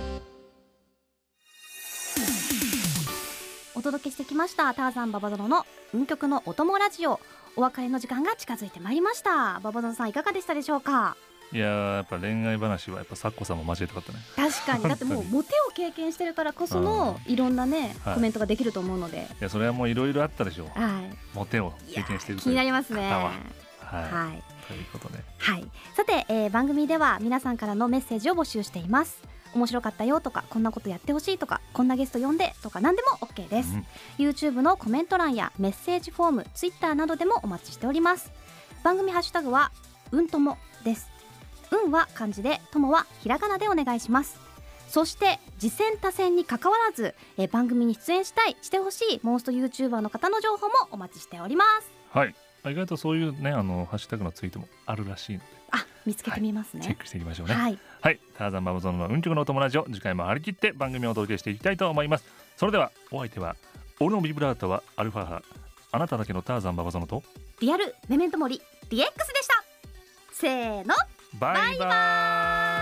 Speaker 3: お届けしてきましたターザンババゾノの運極のお供ラジオお別れの時間が近づいてまいりましたババゾノさんいかがでしたでしょうか
Speaker 1: いやーやっぱ恋愛話はやっぱサッコさんも交えたかったね
Speaker 3: 確かにだってもう
Speaker 1: 本当に
Speaker 3: モテを経験してるからこそのいろんなね
Speaker 1: はい
Speaker 3: コメントができると思うので、
Speaker 1: いやそれはもういろいろあったでしょう
Speaker 3: は
Speaker 1: モテを
Speaker 3: い、
Speaker 1: 経験している
Speaker 3: 気になりますね
Speaker 1: 方ははい、
Speaker 3: はい
Speaker 1: ということで
Speaker 3: はい、さて、えー番組では皆さんからのメッセージを募集しています面白かったよとかこんなことやってほしいとかこんなゲスト呼んでとか何でも OK です、
Speaker 1: うん
Speaker 3: YouTube のコメント欄やメッセージフォーム Twitter などでもお待ちしております番組ハッシュタグはうんともですうんは漢字でともはひらがなでお願いしますそして次戦他戦に関わらず、えー番組に出演したいしてほしいモンスト YouTuber の方の情報もお待ちしております
Speaker 1: はい、意外とそういうねあのハッシュタグのツイートもあるらしいので、
Speaker 3: あ見つけてみます
Speaker 1: チェッ
Speaker 3: ね、
Speaker 1: クしていきましょうね。はい、
Speaker 3: はい
Speaker 1: ターザンバブゾンの運極のお友達を次回も張り切って番組をお届けしていきたいと思います。それではお相手は俺のビブラートはアルファ波、あなただけのターザンババゾノと
Speaker 3: リアルメメントモリ DX でしたせーの
Speaker 1: バイバイ。